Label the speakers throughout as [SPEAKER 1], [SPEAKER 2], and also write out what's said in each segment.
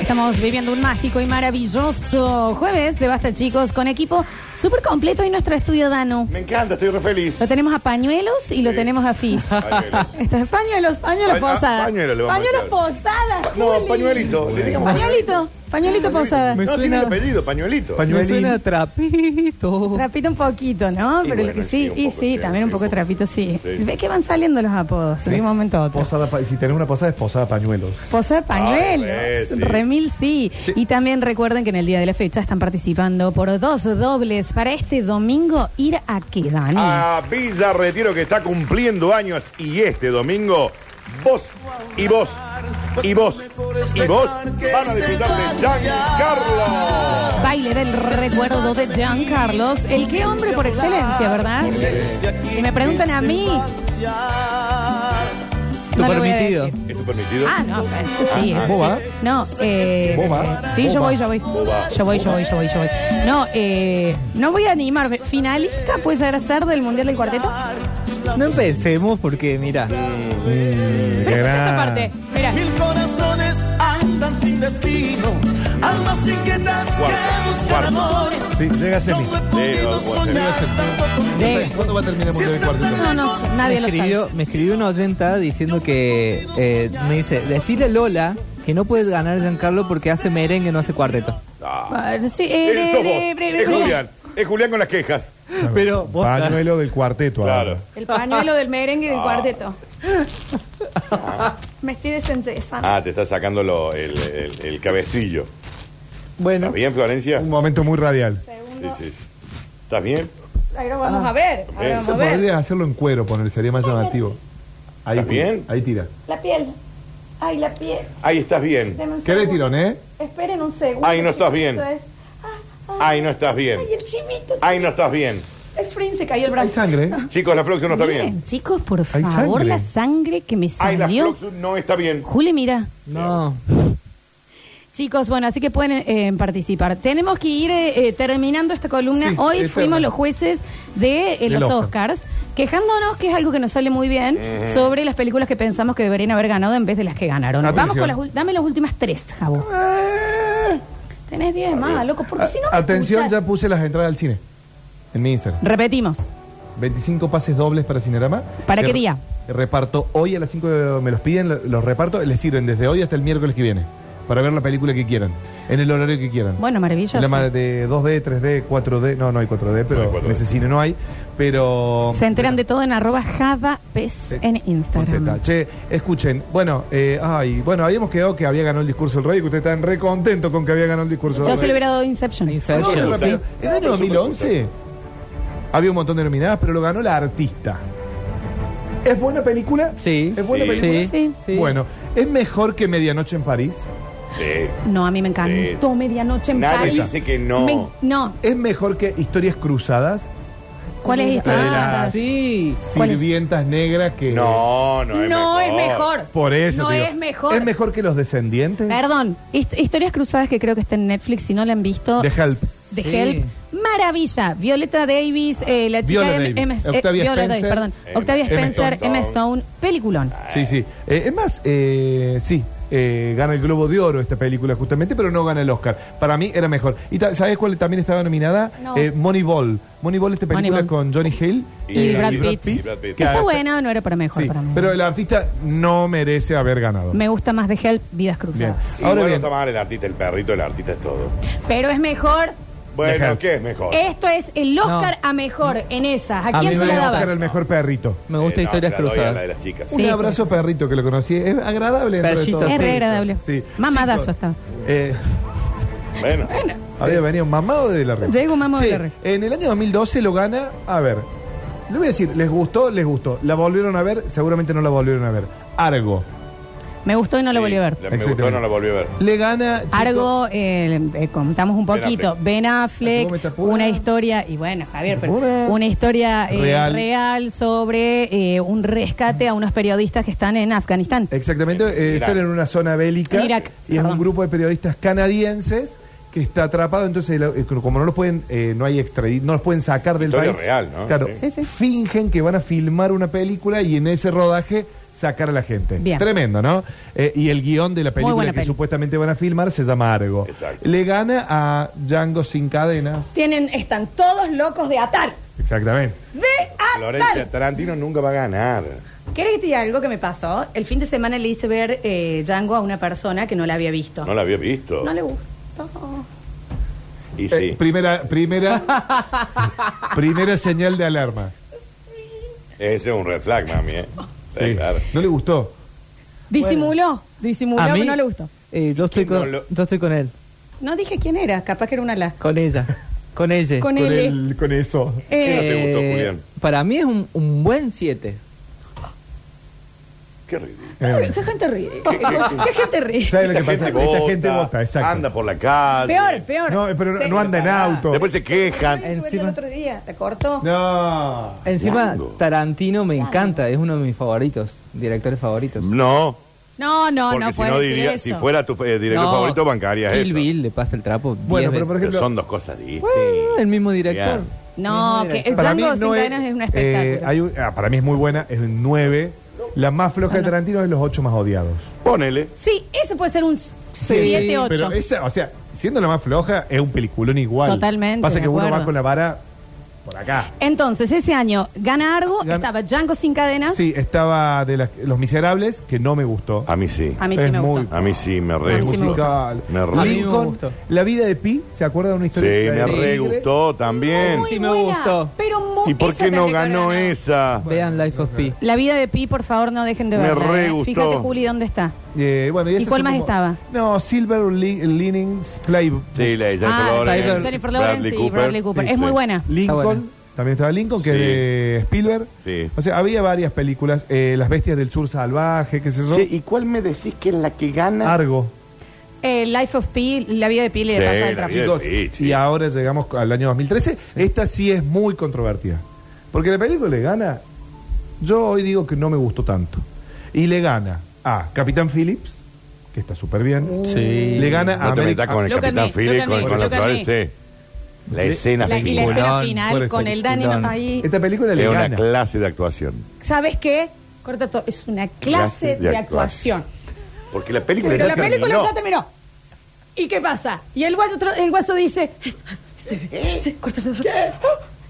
[SPEAKER 1] Estamos viviendo un mágico y maravilloso jueves de Basta Chicos con equipo súper completo y nuestro estudio Danu.
[SPEAKER 2] Me encanta, estoy re feliz.
[SPEAKER 1] Lo tenemos a pañuelos y lo
[SPEAKER 2] Sí.
[SPEAKER 1] tenemos a Fish.
[SPEAKER 2] Pañuelos.
[SPEAKER 1] Esto es pañuelos, pañuelos
[SPEAKER 2] Pa-
[SPEAKER 1] posada.
[SPEAKER 2] ah, pañuelos le vamos a
[SPEAKER 1] Pañuelos posada.
[SPEAKER 2] No,
[SPEAKER 1] Juli.
[SPEAKER 2] pañuelito. Le digamos
[SPEAKER 1] Pañuelito, pañuelito posada.
[SPEAKER 2] No,
[SPEAKER 3] Me
[SPEAKER 2] sin
[SPEAKER 3] suena-
[SPEAKER 2] el apellido, pañuelito.
[SPEAKER 3] Me suena a trapito.
[SPEAKER 1] Trapito un poquito, ¿no?
[SPEAKER 2] Y
[SPEAKER 1] Pero
[SPEAKER 2] bueno,
[SPEAKER 1] el que sí,
[SPEAKER 2] sí, un
[SPEAKER 1] y
[SPEAKER 2] poco,
[SPEAKER 1] sí,
[SPEAKER 2] sí,
[SPEAKER 1] también un
[SPEAKER 2] sí,
[SPEAKER 1] poco de
[SPEAKER 2] sí.
[SPEAKER 1] trapito, sí.
[SPEAKER 2] Sí.
[SPEAKER 1] Ve que van saliendo los apodos de un momento a otro.
[SPEAKER 3] Posada, pa- si tenés una posada es posada pañuelos.
[SPEAKER 1] Posada de pañuelos,
[SPEAKER 2] Ay, sí.
[SPEAKER 1] remil sí. Y también recuerden que en el día de la fecha están participando por dos dobles para este domingo ir a qué, Dani.
[SPEAKER 3] Ah.
[SPEAKER 2] A Villa Retiro que está cumpliendo años y este domingo vos y vos y vos y vos van a disfrutar de Giancarlo.
[SPEAKER 1] Baile del recuerdo de Jean Carlos, el que hombre por excelencia, ¿verdad? Si me preguntan a mí,
[SPEAKER 3] Tu
[SPEAKER 1] no lo voy a
[SPEAKER 3] permitido.
[SPEAKER 1] decir.
[SPEAKER 2] ¿Esto permitido?
[SPEAKER 1] Ah, no, sí, sí,
[SPEAKER 3] Ah,
[SPEAKER 1] sí.
[SPEAKER 3] ¿vos vas?
[SPEAKER 1] No, eh.
[SPEAKER 3] ¿Vos vas?
[SPEAKER 1] Sí, yo
[SPEAKER 3] ¿Vos
[SPEAKER 1] voy,
[SPEAKER 3] vas?
[SPEAKER 1] yo voy.
[SPEAKER 2] ¿Vos vas?
[SPEAKER 1] Yo voy, yo voy, yo voy, yo voy. No, eh. No voy a animarme. ¿Finalista puede llegar a ser del Mundial del Cuarteto?
[SPEAKER 3] No empecemos porque, mira.
[SPEAKER 1] Pero escucha esta parte. Mira.
[SPEAKER 4] Mil corazones andan sin destino, almas inquietas
[SPEAKER 2] Cuarto,
[SPEAKER 4] que buscan
[SPEAKER 2] cuarto.
[SPEAKER 4] amor.
[SPEAKER 3] Sí, llega a
[SPEAKER 4] Yo
[SPEAKER 3] semi.
[SPEAKER 4] no he podido
[SPEAKER 2] Sí, bueno,
[SPEAKER 4] soñar tanto contigo.
[SPEAKER 1] De-
[SPEAKER 3] ¿Cuándo va a terminar el
[SPEAKER 4] Mundial del Cuarteto?
[SPEAKER 1] No, no, nadie
[SPEAKER 3] me
[SPEAKER 1] lo sabe.
[SPEAKER 3] escribió, Me escribió una oyenta diciendo que eh, me dice, decirle a Lola que no puedes ganar Giancarlo porque hace merengue, no hace cuarteto.
[SPEAKER 2] Ah.
[SPEAKER 1] Ah, sí,
[SPEAKER 2] Eh, sos vos.
[SPEAKER 1] eh, eh,
[SPEAKER 2] Es Julián. Es Julián con las quejas.
[SPEAKER 3] Pero vos
[SPEAKER 5] Pañuelo del cuarteto.
[SPEAKER 2] Claro.
[SPEAKER 1] El pañuelo del merengue y del
[SPEAKER 2] Ah.
[SPEAKER 1] cuarteto. Me estoy desentrezando.
[SPEAKER 2] Ah, te está sacando lo- el, el, el cabestillo.
[SPEAKER 3] Bueno,
[SPEAKER 2] ¿Estás bien, Florencia?
[SPEAKER 5] Un momento muy radial.
[SPEAKER 2] Sí, sí, sí. ¿Estás bien? Eh,
[SPEAKER 1] Ahora
[SPEAKER 5] Ah.
[SPEAKER 1] vamos a ver. Ahora vamos a ver.
[SPEAKER 5] Podrías hacerlo en cuero, poner, sería más llamativo. Ahí
[SPEAKER 2] ¿Está bien?
[SPEAKER 5] Ahí tira.
[SPEAKER 1] La piel. Ay, la piel.
[SPEAKER 2] Ahí estás bien.
[SPEAKER 1] Deme un
[SPEAKER 5] ¿Qué le
[SPEAKER 1] segundo.
[SPEAKER 5] tirón, eh?
[SPEAKER 1] Esperen un segundo.
[SPEAKER 2] Ay, no estás bien.
[SPEAKER 1] Eso es. Ah, ah,
[SPEAKER 2] Ay, no estás bien.
[SPEAKER 1] Ay, el chimito.
[SPEAKER 2] Ay, no estás bien.
[SPEAKER 1] Es Frin, se cayó el brazo.
[SPEAKER 5] Hay sangre, ¿eh?
[SPEAKER 2] Chicos, la Floxu no está
[SPEAKER 1] Miren,
[SPEAKER 2] bien.
[SPEAKER 1] Chicos, por
[SPEAKER 5] Hay
[SPEAKER 1] favor,
[SPEAKER 5] sangre.
[SPEAKER 1] la sangre que me
[SPEAKER 2] Ay, la
[SPEAKER 1] salió.
[SPEAKER 2] Floxu no está bien.
[SPEAKER 1] Juli, mira.
[SPEAKER 3] no.
[SPEAKER 1] Chicos, bueno, así que pueden eh, participar. Tenemos que ir eh, eh, terminando esta columna.
[SPEAKER 5] Sí,
[SPEAKER 1] Hoy
[SPEAKER 5] es
[SPEAKER 1] fuimos
[SPEAKER 5] verdad.
[SPEAKER 1] los jueces de eh,
[SPEAKER 5] Del
[SPEAKER 1] los
[SPEAKER 5] Oscar.
[SPEAKER 1] Oscars, quejándonos, que es algo que nos sale muy bien,
[SPEAKER 2] Eh.
[SPEAKER 1] sobre las películas que pensamos que deberían haber ganado en vez de las que ganaron.
[SPEAKER 5] Atención.
[SPEAKER 1] Vamos con las, ul- dame las últimas tres, Jabo. Tenés diez más, loco, porque si no... me
[SPEAKER 5] Ah, Atención,
[SPEAKER 1] escuchás.
[SPEAKER 5] ya puse las entradas al cine. En mi Instagram.
[SPEAKER 1] Repetimos.
[SPEAKER 5] 25 pases dobles para Cinerama.
[SPEAKER 1] ¿Para qué
[SPEAKER 5] Que re-
[SPEAKER 1] día?
[SPEAKER 5] Reparto hoy a las 5 de- me los piden, lo- los reparto, les sirven desde hoy hasta el miércoles que viene. Para ver la película que quieran, en el horario que quieran.
[SPEAKER 1] Bueno, maravilloso.
[SPEAKER 5] La ma- de 2D, 3D, 4D, no, no hay 4D, pero
[SPEAKER 2] No hay 4D.
[SPEAKER 5] en ese cine no hay. Pero.
[SPEAKER 1] Se enteran de todo en arroba javapes
[SPEAKER 5] Eh,
[SPEAKER 1] en Instagram.
[SPEAKER 5] con Z. Che, escuchen, bueno, eh, ay, bueno, habíamos quedado que había ganado el discurso del rey, que ustedes están re contentos con que había ganado el discurso
[SPEAKER 1] Yo
[SPEAKER 5] del
[SPEAKER 1] se le
[SPEAKER 5] rey.
[SPEAKER 1] hubiera dado Inception.
[SPEAKER 3] Inception.
[SPEAKER 5] No, pero
[SPEAKER 2] Sí,
[SPEAKER 5] rápido,
[SPEAKER 2] sí.
[SPEAKER 5] en el año 2011 había un montón de nominadas, pero lo ganó la artista. ¿Es buena película?
[SPEAKER 3] Sí.
[SPEAKER 5] ¿Es buena
[SPEAKER 2] Sí.
[SPEAKER 5] película?
[SPEAKER 1] Sí. Sí.
[SPEAKER 5] Bueno, ¿es mejor que Medianoche en París?
[SPEAKER 2] Sí.
[SPEAKER 1] No, a mí me encantó Medianoche en
[SPEAKER 2] Nadie
[SPEAKER 1] París.
[SPEAKER 2] dice que no.
[SPEAKER 1] Me- no,
[SPEAKER 5] ¿Es mejor que Historias Cruzadas?
[SPEAKER 1] ¿cuál es esta?
[SPEAKER 5] de las-
[SPEAKER 3] Ah, Sí.
[SPEAKER 1] ¿Cuál es?
[SPEAKER 5] Sirvientas negras que...
[SPEAKER 2] No, no es
[SPEAKER 1] No
[SPEAKER 2] mejor.
[SPEAKER 1] es mejor.
[SPEAKER 5] Por eso.
[SPEAKER 1] No
[SPEAKER 5] te digo.
[SPEAKER 1] es mejor.
[SPEAKER 5] ¿Es mejor que Los Descendientes?
[SPEAKER 1] Perdón. Hist- Historias cruzadas que creo que está en Netflix. Si no la han visto,
[SPEAKER 5] De Help.
[SPEAKER 1] de
[SPEAKER 3] Sí.
[SPEAKER 1] Help. Maravilla. Violeta Davis, eh, la chica
[SPEAKER 5] Viola
[SPEAKER 1] M-
[SPEAKER 5] Davis.
[SPEAKER 1] M- eh,
[SPEAKER 5] Octavia
[SPEAKER 1] Viola
[SPEAKER 5] Spencer. Eh,
[SPEAKER 1] Davis, perdón.
[SPEAKER 2] M-
[SPEAKER 1] Octavia
[SPEAKER 2] M.
[SPEAKER 1] Spencer,
[SPEAKER 2] Stone.
[SPEAKER 1] M. Stone. Peliculón.
[SPEAKER 5] Sí, sí. Eh, es más, eh, sí, eh, gana el Globo de Oro esta película justamente, pero no gana el Oscar. Para mí era mejor. ¿Y ta- sabes cuál también estaba nominada?
[SPEAKER 1] No.
[SPEAKER 5] Eh, Moneyball. Moneyball, esta película
[SPEAKER 1] Moneyball.
[SPEAKER 5] con Johnny Hill.
[SPEAKER 1] Y Brad Pitt.
[SPEAKER 2] y Brad Pitt.
[SPEAKER 5] Que
[SPEAKER 1] Está
[SPEAKER 5] hasta-
[SPEAKER 1] buena, no era para mejor
[SPEAKER 5] Sí,
[SPEAKER 1] para mí.
[SPEAKER 5] pero el artista no merece haber ganado.
[SPEAKER 1] Me gusta más de Help, Vidas
[SPEAKER 5] Bien.
[SPEAKER 1] Cruzadas.
[SPEAKER 2] Ahora
[SPEAKER 5] Ahora
[SPEAKER 2] no
[SPEAKER 5] bien,
[SPEAKER 2] está mal el artista, el perrito, el artista es todo.
[SPEAKER 1] Pero es mejor.
[SPEAKER 2] Bueno,
[SPEAKER 5] Dejar.
[SPEAKER 2] ¿qué es mejor?
[SPEAKER 1] Esto es el Oscar a mejor en esas. ¿A
[SPEAKER 3] A
[SPEAKER 1] quién
[SPEAKER 3] mí
[SPEAKER 1] se
[SPEAKER 3] me
[SPEAKER 1] la
[SPEAKER 3] va a
[SPEAKER 1] dabas?
[SPEAKER 5] Oscar el mejor perrito.
[SPEAKER 3] Me gusta
[SPEAKER 2] Eh, no,
[SPEAKER 3] historias
[SPEAKER 2] la doy a La de
[SPEAKER 3] cruzadas.
[SPEAKER 2] las chicas.
[SPEAKER 1] Sí,
[SPEAKER 5] Un abrazo perrito que lo conocí. Es agradable. dentro de
[SPEAKER 3] Perrito,
[SPEAKER 5] todo.
[SPEAKER 3] sí.
[SPEAKER 1] Es re agradable.
[SPEAKER 5] Sí.
[SPEAKER 1] Mamadazo
[SPEAKER 5] Chicos,
[SPEAKER 1] está.
[SPEAKER 5] eh,
[SPEAKER 2] Bueno,
[SPEAKER 5] Había venido mamado de la red.
[SPEAKER 1] Llego mamado de la red.
[SPEAKER 5] En el año 2012 lo gana, a ver, le voy a decir, les gustó, les gustó. La volvieron a ver, seguramente no la volvieron a ver. Argo.
[SPEAKER 1] Me gustó y no lo
[SPEAKER 2] sí,
[SPEAKER 1] volví a ver.
[SPEAKER 2] la- Me gustó, no la volví a ver.
[SPEAKER 5] Le gana. chico,
[SPEAKER 1] Argo, eh, eh, contamos un
[SPEAKER 2] Ben
[SPEAKER 1] poquito.
[SPEAKER 2] Affleck.
[SPEAKER 1] Ben
[SPEAKER 5] Ah, tú me
[SPEAKER 1] Affleck,
[SPEAKER 5] estás apurando.
[SPEAKER 1] una historia, y bueno, Javier, pero
[SPEAKER 5] Apura.
[SPEAKER 1] una historia eh, real.
[SPEAKER 5] Real.
[SPEAKER 1] sobre eh, un rescate a unos periodistas que están en Afganistán.
[SPEAKER 5] Exactamente, eh,
[SPEAKER 2] En Irak.
[SPEAKER 5] están en una zona bélica.
[SPEAKER 1] En Irak,
[SPEAKER 5] Y es
[SPEAKER 1] perdón.
[SPEAKER 5] un grupo de periodistas canadienses que está atrapado, entonces la- eh, como no los pueden, eh, no hay extradi- no los pueden sacar del
[SPEAKER 2] Historia
[SPEAKER 5] país.
[SPEAKER 2] real, ¿no?
[SPEAKER 5] Claro,
[SPEAKER 1] Sí,
[SPEAKER 2] Sí.
[SPEAKER 1] sí.
[SPEAKER 5] fingen que van a filmar una película y en ese rodaje sacar a la gente.
[SPEAKER 1] Bien.
[SPEAKER 5] Tremendo, ¿no? Eh, y el guión de la película
[SPEAKER 1] buena
[SPEAKER 5] que
[SPEAKER 1] peli.
[SPEAKER 5] supuestamente van a filmar se llama Argo.
[SPEAKER 2] Exacto.
[SPEAKER 5] Le gana a Django sin cadenas.
[SPEAKER 1] Tienen, están todos locos de atar.
[SPEAKER 5] Exactamente.
[SPEAKER 1] De
[SPEAKER 2] Florencia
[SPEAKER 1] atar.
[SPEAKER 2] Tarantino nunca va a ganar.
[SPEAKER 1] ¿Querés que te diga algo que me pasó? El fin de semana le hice ver eh, Django a una persona que no la había visto.
[SPEAKER 2] No la había visto.
[SPEAKER 1] No le gustó.
[SPEAKER 2] Y sí.
[SPEAKER 5] Eh, primera, primera, primera señal de alarma.
[SPEAKER 2] Ese es un red flag, mami, ¿eh? Sí,
[SPEAKER 5] Sí.
[SPEAKER 2] claro.
[SPEAKER 5] No le gustó.
[SPEAKER 1] Disimuló, disimuló,
[SPEAKER 3] A mí,
[SPEAKER 1] pero no le gustó.
[SPEAKER 3] eh, yo, estoy
[SPEAKER 2] Que no
[SPEAKER 3] con,
[SPEAKER 2] lo-
[SPEAKER 3] yo estoy con él,
[SPEAKER 1] No dije quién era, capaz que era una las.
[SPEAKER 3] con ella, con ella.
[SPEAKER 1] Con él. Ponele.
[SPEAKER 5] el- con eso.
[SPEAKER 2] ¿Qué
[SPEAKER 1] Eh,
[SPEAKER 2] no te gustó, Julián?
[SPEAKER 3] Para mí es un, un buen 7.
[SPEAKER 2] Qué ridículo.
[SPEAKER 5] Eh,
[SPEAKER 1] qué gente ridícula. Qué gente ridícula.
[SPEAKER 5] ¿Sabes lo que pasa? Esta gente vota, exacto.
[SPEAKER 2] Anda por la calle.
[SPEAKER 1] Peor, peor.
[SPEAKER 5] No, pero no-
[SPEAKER 1] Sí,
[SPEAKER 5] no anda en
[SPEAKER 1] pará.
[SPEAKER 5] auto.
[SPEAKER 2] Después se quejan.
[SPEAKER 1] Ay,
[SPEAKER 3] Encima-
[SPEAKER 1] El otro día, ¿te cortó?
[SPEAKER 5] No.
[SPEAKER 3] Encima,
[SPEAKER 2] Django.
[SPEAKER 3] Tarantino me encanta, es uno de mis favoritos, directores favoritos.
[SPEAKER 2] No,
[SPEAKER 1] No, no,
[SPEAKER 2] porque
[SPEAKER 1] no
[SPEAKER 2] si
[SPEAKER 1] puede
[SPEAKER 2] no
[SPEAKER 1] decir
[SPEAKER 2] diría,
[SPEAKER 1] eso.
[SPEAKER 2] si fuera tu eh, director
[SPEAKER 3] No,
[SPEAKER 2] favorito, bancarías
[SPEAKER 3] Kill
[SPEAKER 2] esto.
[SPEAKER 3] Bill le pasa el trapo.
[SPEAKER 5] Bueno,
[SPEAKER 3] diez
[SPEAKER 5] pero por
[SPEAKER 3] veces.
[SPEAKER 2] Pero
[SPEAKER 5] ejemplo.
[SPEAKER 2] son dos cosas distintas.
[SPEAKER 3] Bueno, el mismo
[SPEAKER 2] Bien.
[SPEAKER 3] director.
[SPEAKER 1] No, que el
[SPEAKER 5] Para mí,
[SPEAKER 1] Django sin
[SPEAKER 5] no es,
[SPEAKER 1] cadenas es un
[SPEAKER 5] eh,
[SPEAKER 1] espectáculo.
[SPEAKER 5] hay un- ah, para mí es muy buena, es un 9. La más floja de Tarantino es los 8 más odiados.
[SPEAKER 2] Ponele.
[SPEAKER 1] Sí, ese puede ser un 7-8.
[SPEAKER 5] Pero esa, o sea, siendo la más floja, es un peliculón igual.
[SPEAKER 1] Totalmente,
[SPEAKER 5] Pasa
[SPEAKER 1] de
[SPEAKER 5] que uno va
[SPEAKER 1] acuerdo.
[SPEAKER 5] con la vara por acá.
[SPEAKER 1] Entonces, ese año gana Argo,
[SPEAKER 5] Gana-
[SPEAKER 1] estaba Django sin cadenas.
[SPEAKER 5] Sí, estaba de las- Los Miserables, que no me gustó.
[SPEAKER 2] A mí sí.
[SPEAKER 1] A mí sí
[SPEAKER 5] Es
[SPEAKER 1] me
[SPEAKER 5] muy-
[SPEAKER 1] gustó.
[SPEAKER 2] A mí sí, me
[SPEAKER 1] A
[SPEAKER 2] Ah,
[SPEAKER 1] mí sí
[SPEAKER 2] re
[SPEAKER 1] me
[SPEAKER 2] gustó.
[SPEAKER 5] musical.
[SPEAKER 2] Me re
[SPEAKER 3] A mí me
[SPEAKER 5] Lincoln,
[SPEAKER 3] gustó.
[SPEAKER 5] La vida de Pi, ¿se acuerda de una
[SPEAKER 2] Sí,
[SPEAKER 5] historia?
[SPEAKER 2] me
[SPEAKER 5] de
[SPEAKER 2] re
[SPEAKER 5] tigre?
[SPEAKER 2] gustó también.
[SPEAKER 1] Muy
[SPEAKER 3] Sí, me
[SPEAKER 1] buena,
[SPEAKER 3] gustó.
[SPEAKER 1] Pero muy-
[SPEAKER 2] ¿Y por
[SPEAKER 1] esa
[SPEAKER 2] qué
[SPEAKER 1] te
[SPEAKER 2] no
[SPEAKER 1] recuerda
[SPEAKER 2] ganó
[SPEAKER 1] nada.
[SPEAKER 2] esa?
[SPEAKER 3] Vean Life of Pi.
[SPEAKER 1] La vida de Pi, por favor, no dejen de
[SPEAKER 2] Me
[SPEAKER 1] verla.
[SPEAKER 2] re
[SPEAKER 1] eh.
[SPEAKER 2] gustó.
[SPEAKER 1] Fíjate, Juli, dónde está.
[SPEAKER 5] Eh, bueno, y
[SPEAKER 1] ¿Y
[SPEAKER 5] esas
[SPEAKER 1] cuál
[SPEAKER 5] son
[SPEAKER 1] más estaba?
[SPEAKER 5] No, Silver Li- Linings Playbook.
[SPEAKER 2] Sí, la de Jennifer
[SPEAKER 1] ah,
[SPEAKER 2] Lawrence.
[SPEAKER 1] Cyber- Jennifer Lawrence y Bradley Cooper.
[SPEAKER 5] Sí,
[SPEAKER 1] es muy
[SPEAKER 2] sí.
[SPEAKER 1] buena.
[SPEAKER 5] Lincoln.
[SPEAKER 3] Está buena.
[SPEAKER 5] También estaba Lincoln, que
[SPEAKER 2] Sí.
[SPEAKER 5] de Spielberg.
[SPEAKER 2] Sí.
[SPEAKER 5] O sea, había varias películas. eh, Las bestias del sur salvaje, qué sé yo.
[SPEAKER 2] Che, ¿y cuál me decís que es la que gana?
[SPEAKER 5] Argo.
[SPEAKER 1] Eh, Life of Pi, la vida de Pi le
[SPEAKER 2] Sí,
[SPEAKER 1] pasa
[SPEAKER 2] la
[SPEAKER 1] el trapo.
[SPEAKER 2] vida-
[SPEAKER 5] Chicos,
[SPEAKER 2] sí, sí.
[SPEAKER 5] y ahora llegamos al año 2013. Esta sí es muy controvertida. Porque la película le gana. Yo hoy digo que no me gustó tanto. Y le gana a Capitán Phillips, que está súper bien.
[SPEAKER 3] Sí.
[SPEAKER 5] Le gana a
[SPEAKER 2] No te
[SPEAKER 5] Ameri-
[SPEAKER 2] metas con el
[SPEAKER 1] Look at
[SPEAKER 2] Capitán
[SPEAKER 1] me,
[SPEAKER 2] Phillips,
[SPEAKER 1] look at
[SPEAKER 2] con,
[SPEAKER 1] me,
[SPEAKER 2] con las
[SPEAKER 1] look at
[SPEAKER 2] flores,
[SPEAKER 1] me.
[SPEAKER 2] sí. La
[SPEAKER 5] Le-
[SPEAKER 2] escena
[SPEAKER 1] La- y la
[SPEAKER 2] final.
[SPEAKER 1] escena
[SPEAKER 3] Peliculón,
[SPEAKER 5] por
[SPEAKER 1] final
[SPEAKER 5] eso,
[SPEAKER 1] con el Dani
[SPEAKER 3] peliculón.
[SPEAKER 5] a-
[SPEAKER 1] ahí.
[SPEAKER 5] Esta película le
[SPEAKER 2] Es una
[SPEAKER 5] gana.
[SPEAKER 2] clase de actuación.
[SPEAKER 1] ¿Sabes qué? Corta todo. Es una clase
[SPEAKER 2] Clase de
[SPEAKER 1] de actuación.
[SPEAKER 2] Porque la película
[SPEAKER 1] Porque
[SPEAKER 2] ya
[SPEAKER 1] la película
[SPEAKER 2] terminó.
[SPEAKER 1] ya terminó. ¿Y qué pasa? Y el guaso, el guaso dice... Sí, sí, córtame. ¡Ah!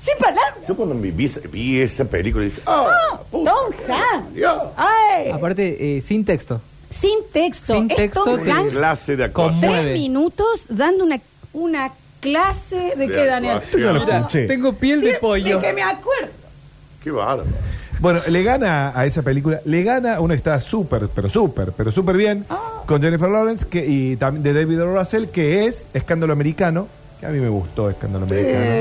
[SPEAKER 1] ¡Sin palabras!
[SPEAKER 2] Yo cuando me vi, vi esa película dije, ¡ah! puta
[SPEAKER 1] Don
[SPEAKER 2] que
[SPEAKER 1] Hanks.
[SPEAKER 2] parió!
[SPEAKER 1] ¡Ay!
[SPEAKER 3] Aparte, eh, sin texto.
[SPEAKER 1] Sin texto.
[SPEAKER 3] Sin
[SPEAKER 1] Es
[SPEAKER 3] texto
[SPEAKER 1] Tom
[SPEAKER 3] te-
[SPEAKER 1] Hanks,
[SPEAKER 2] Clase de
[SPEAKER 3] Con-
[SPEAKER 2] actuación.
[SPEAKER 1] tres
[SPEAKER 3] mueve.
[SPEAKER 1] minutos dando una, una clase de,
[SPEAKER 2] De
[SPEAKER 1] qué, Daniel.
[SPEAKER 2] actuación. Yo no lo
[SPEAKER 5] escuché.
[SPEAKER 3] Tengo piel de pollo.
[SPEAKER 1] que me acuerdo.
[SPEAKER 2] ¡Qué bárbaro!
[SPEAKER 5] Bueno, le gana a esa película, le gana una que está súper, pero súper, pero súper bien,
[SPEAKER 1] Ah.
[SPEAKER 5] con Jennifer Lawrence que, y también de David O. Russell, que es Escándalo Americano, que a mí me gustó Escándalo Americano.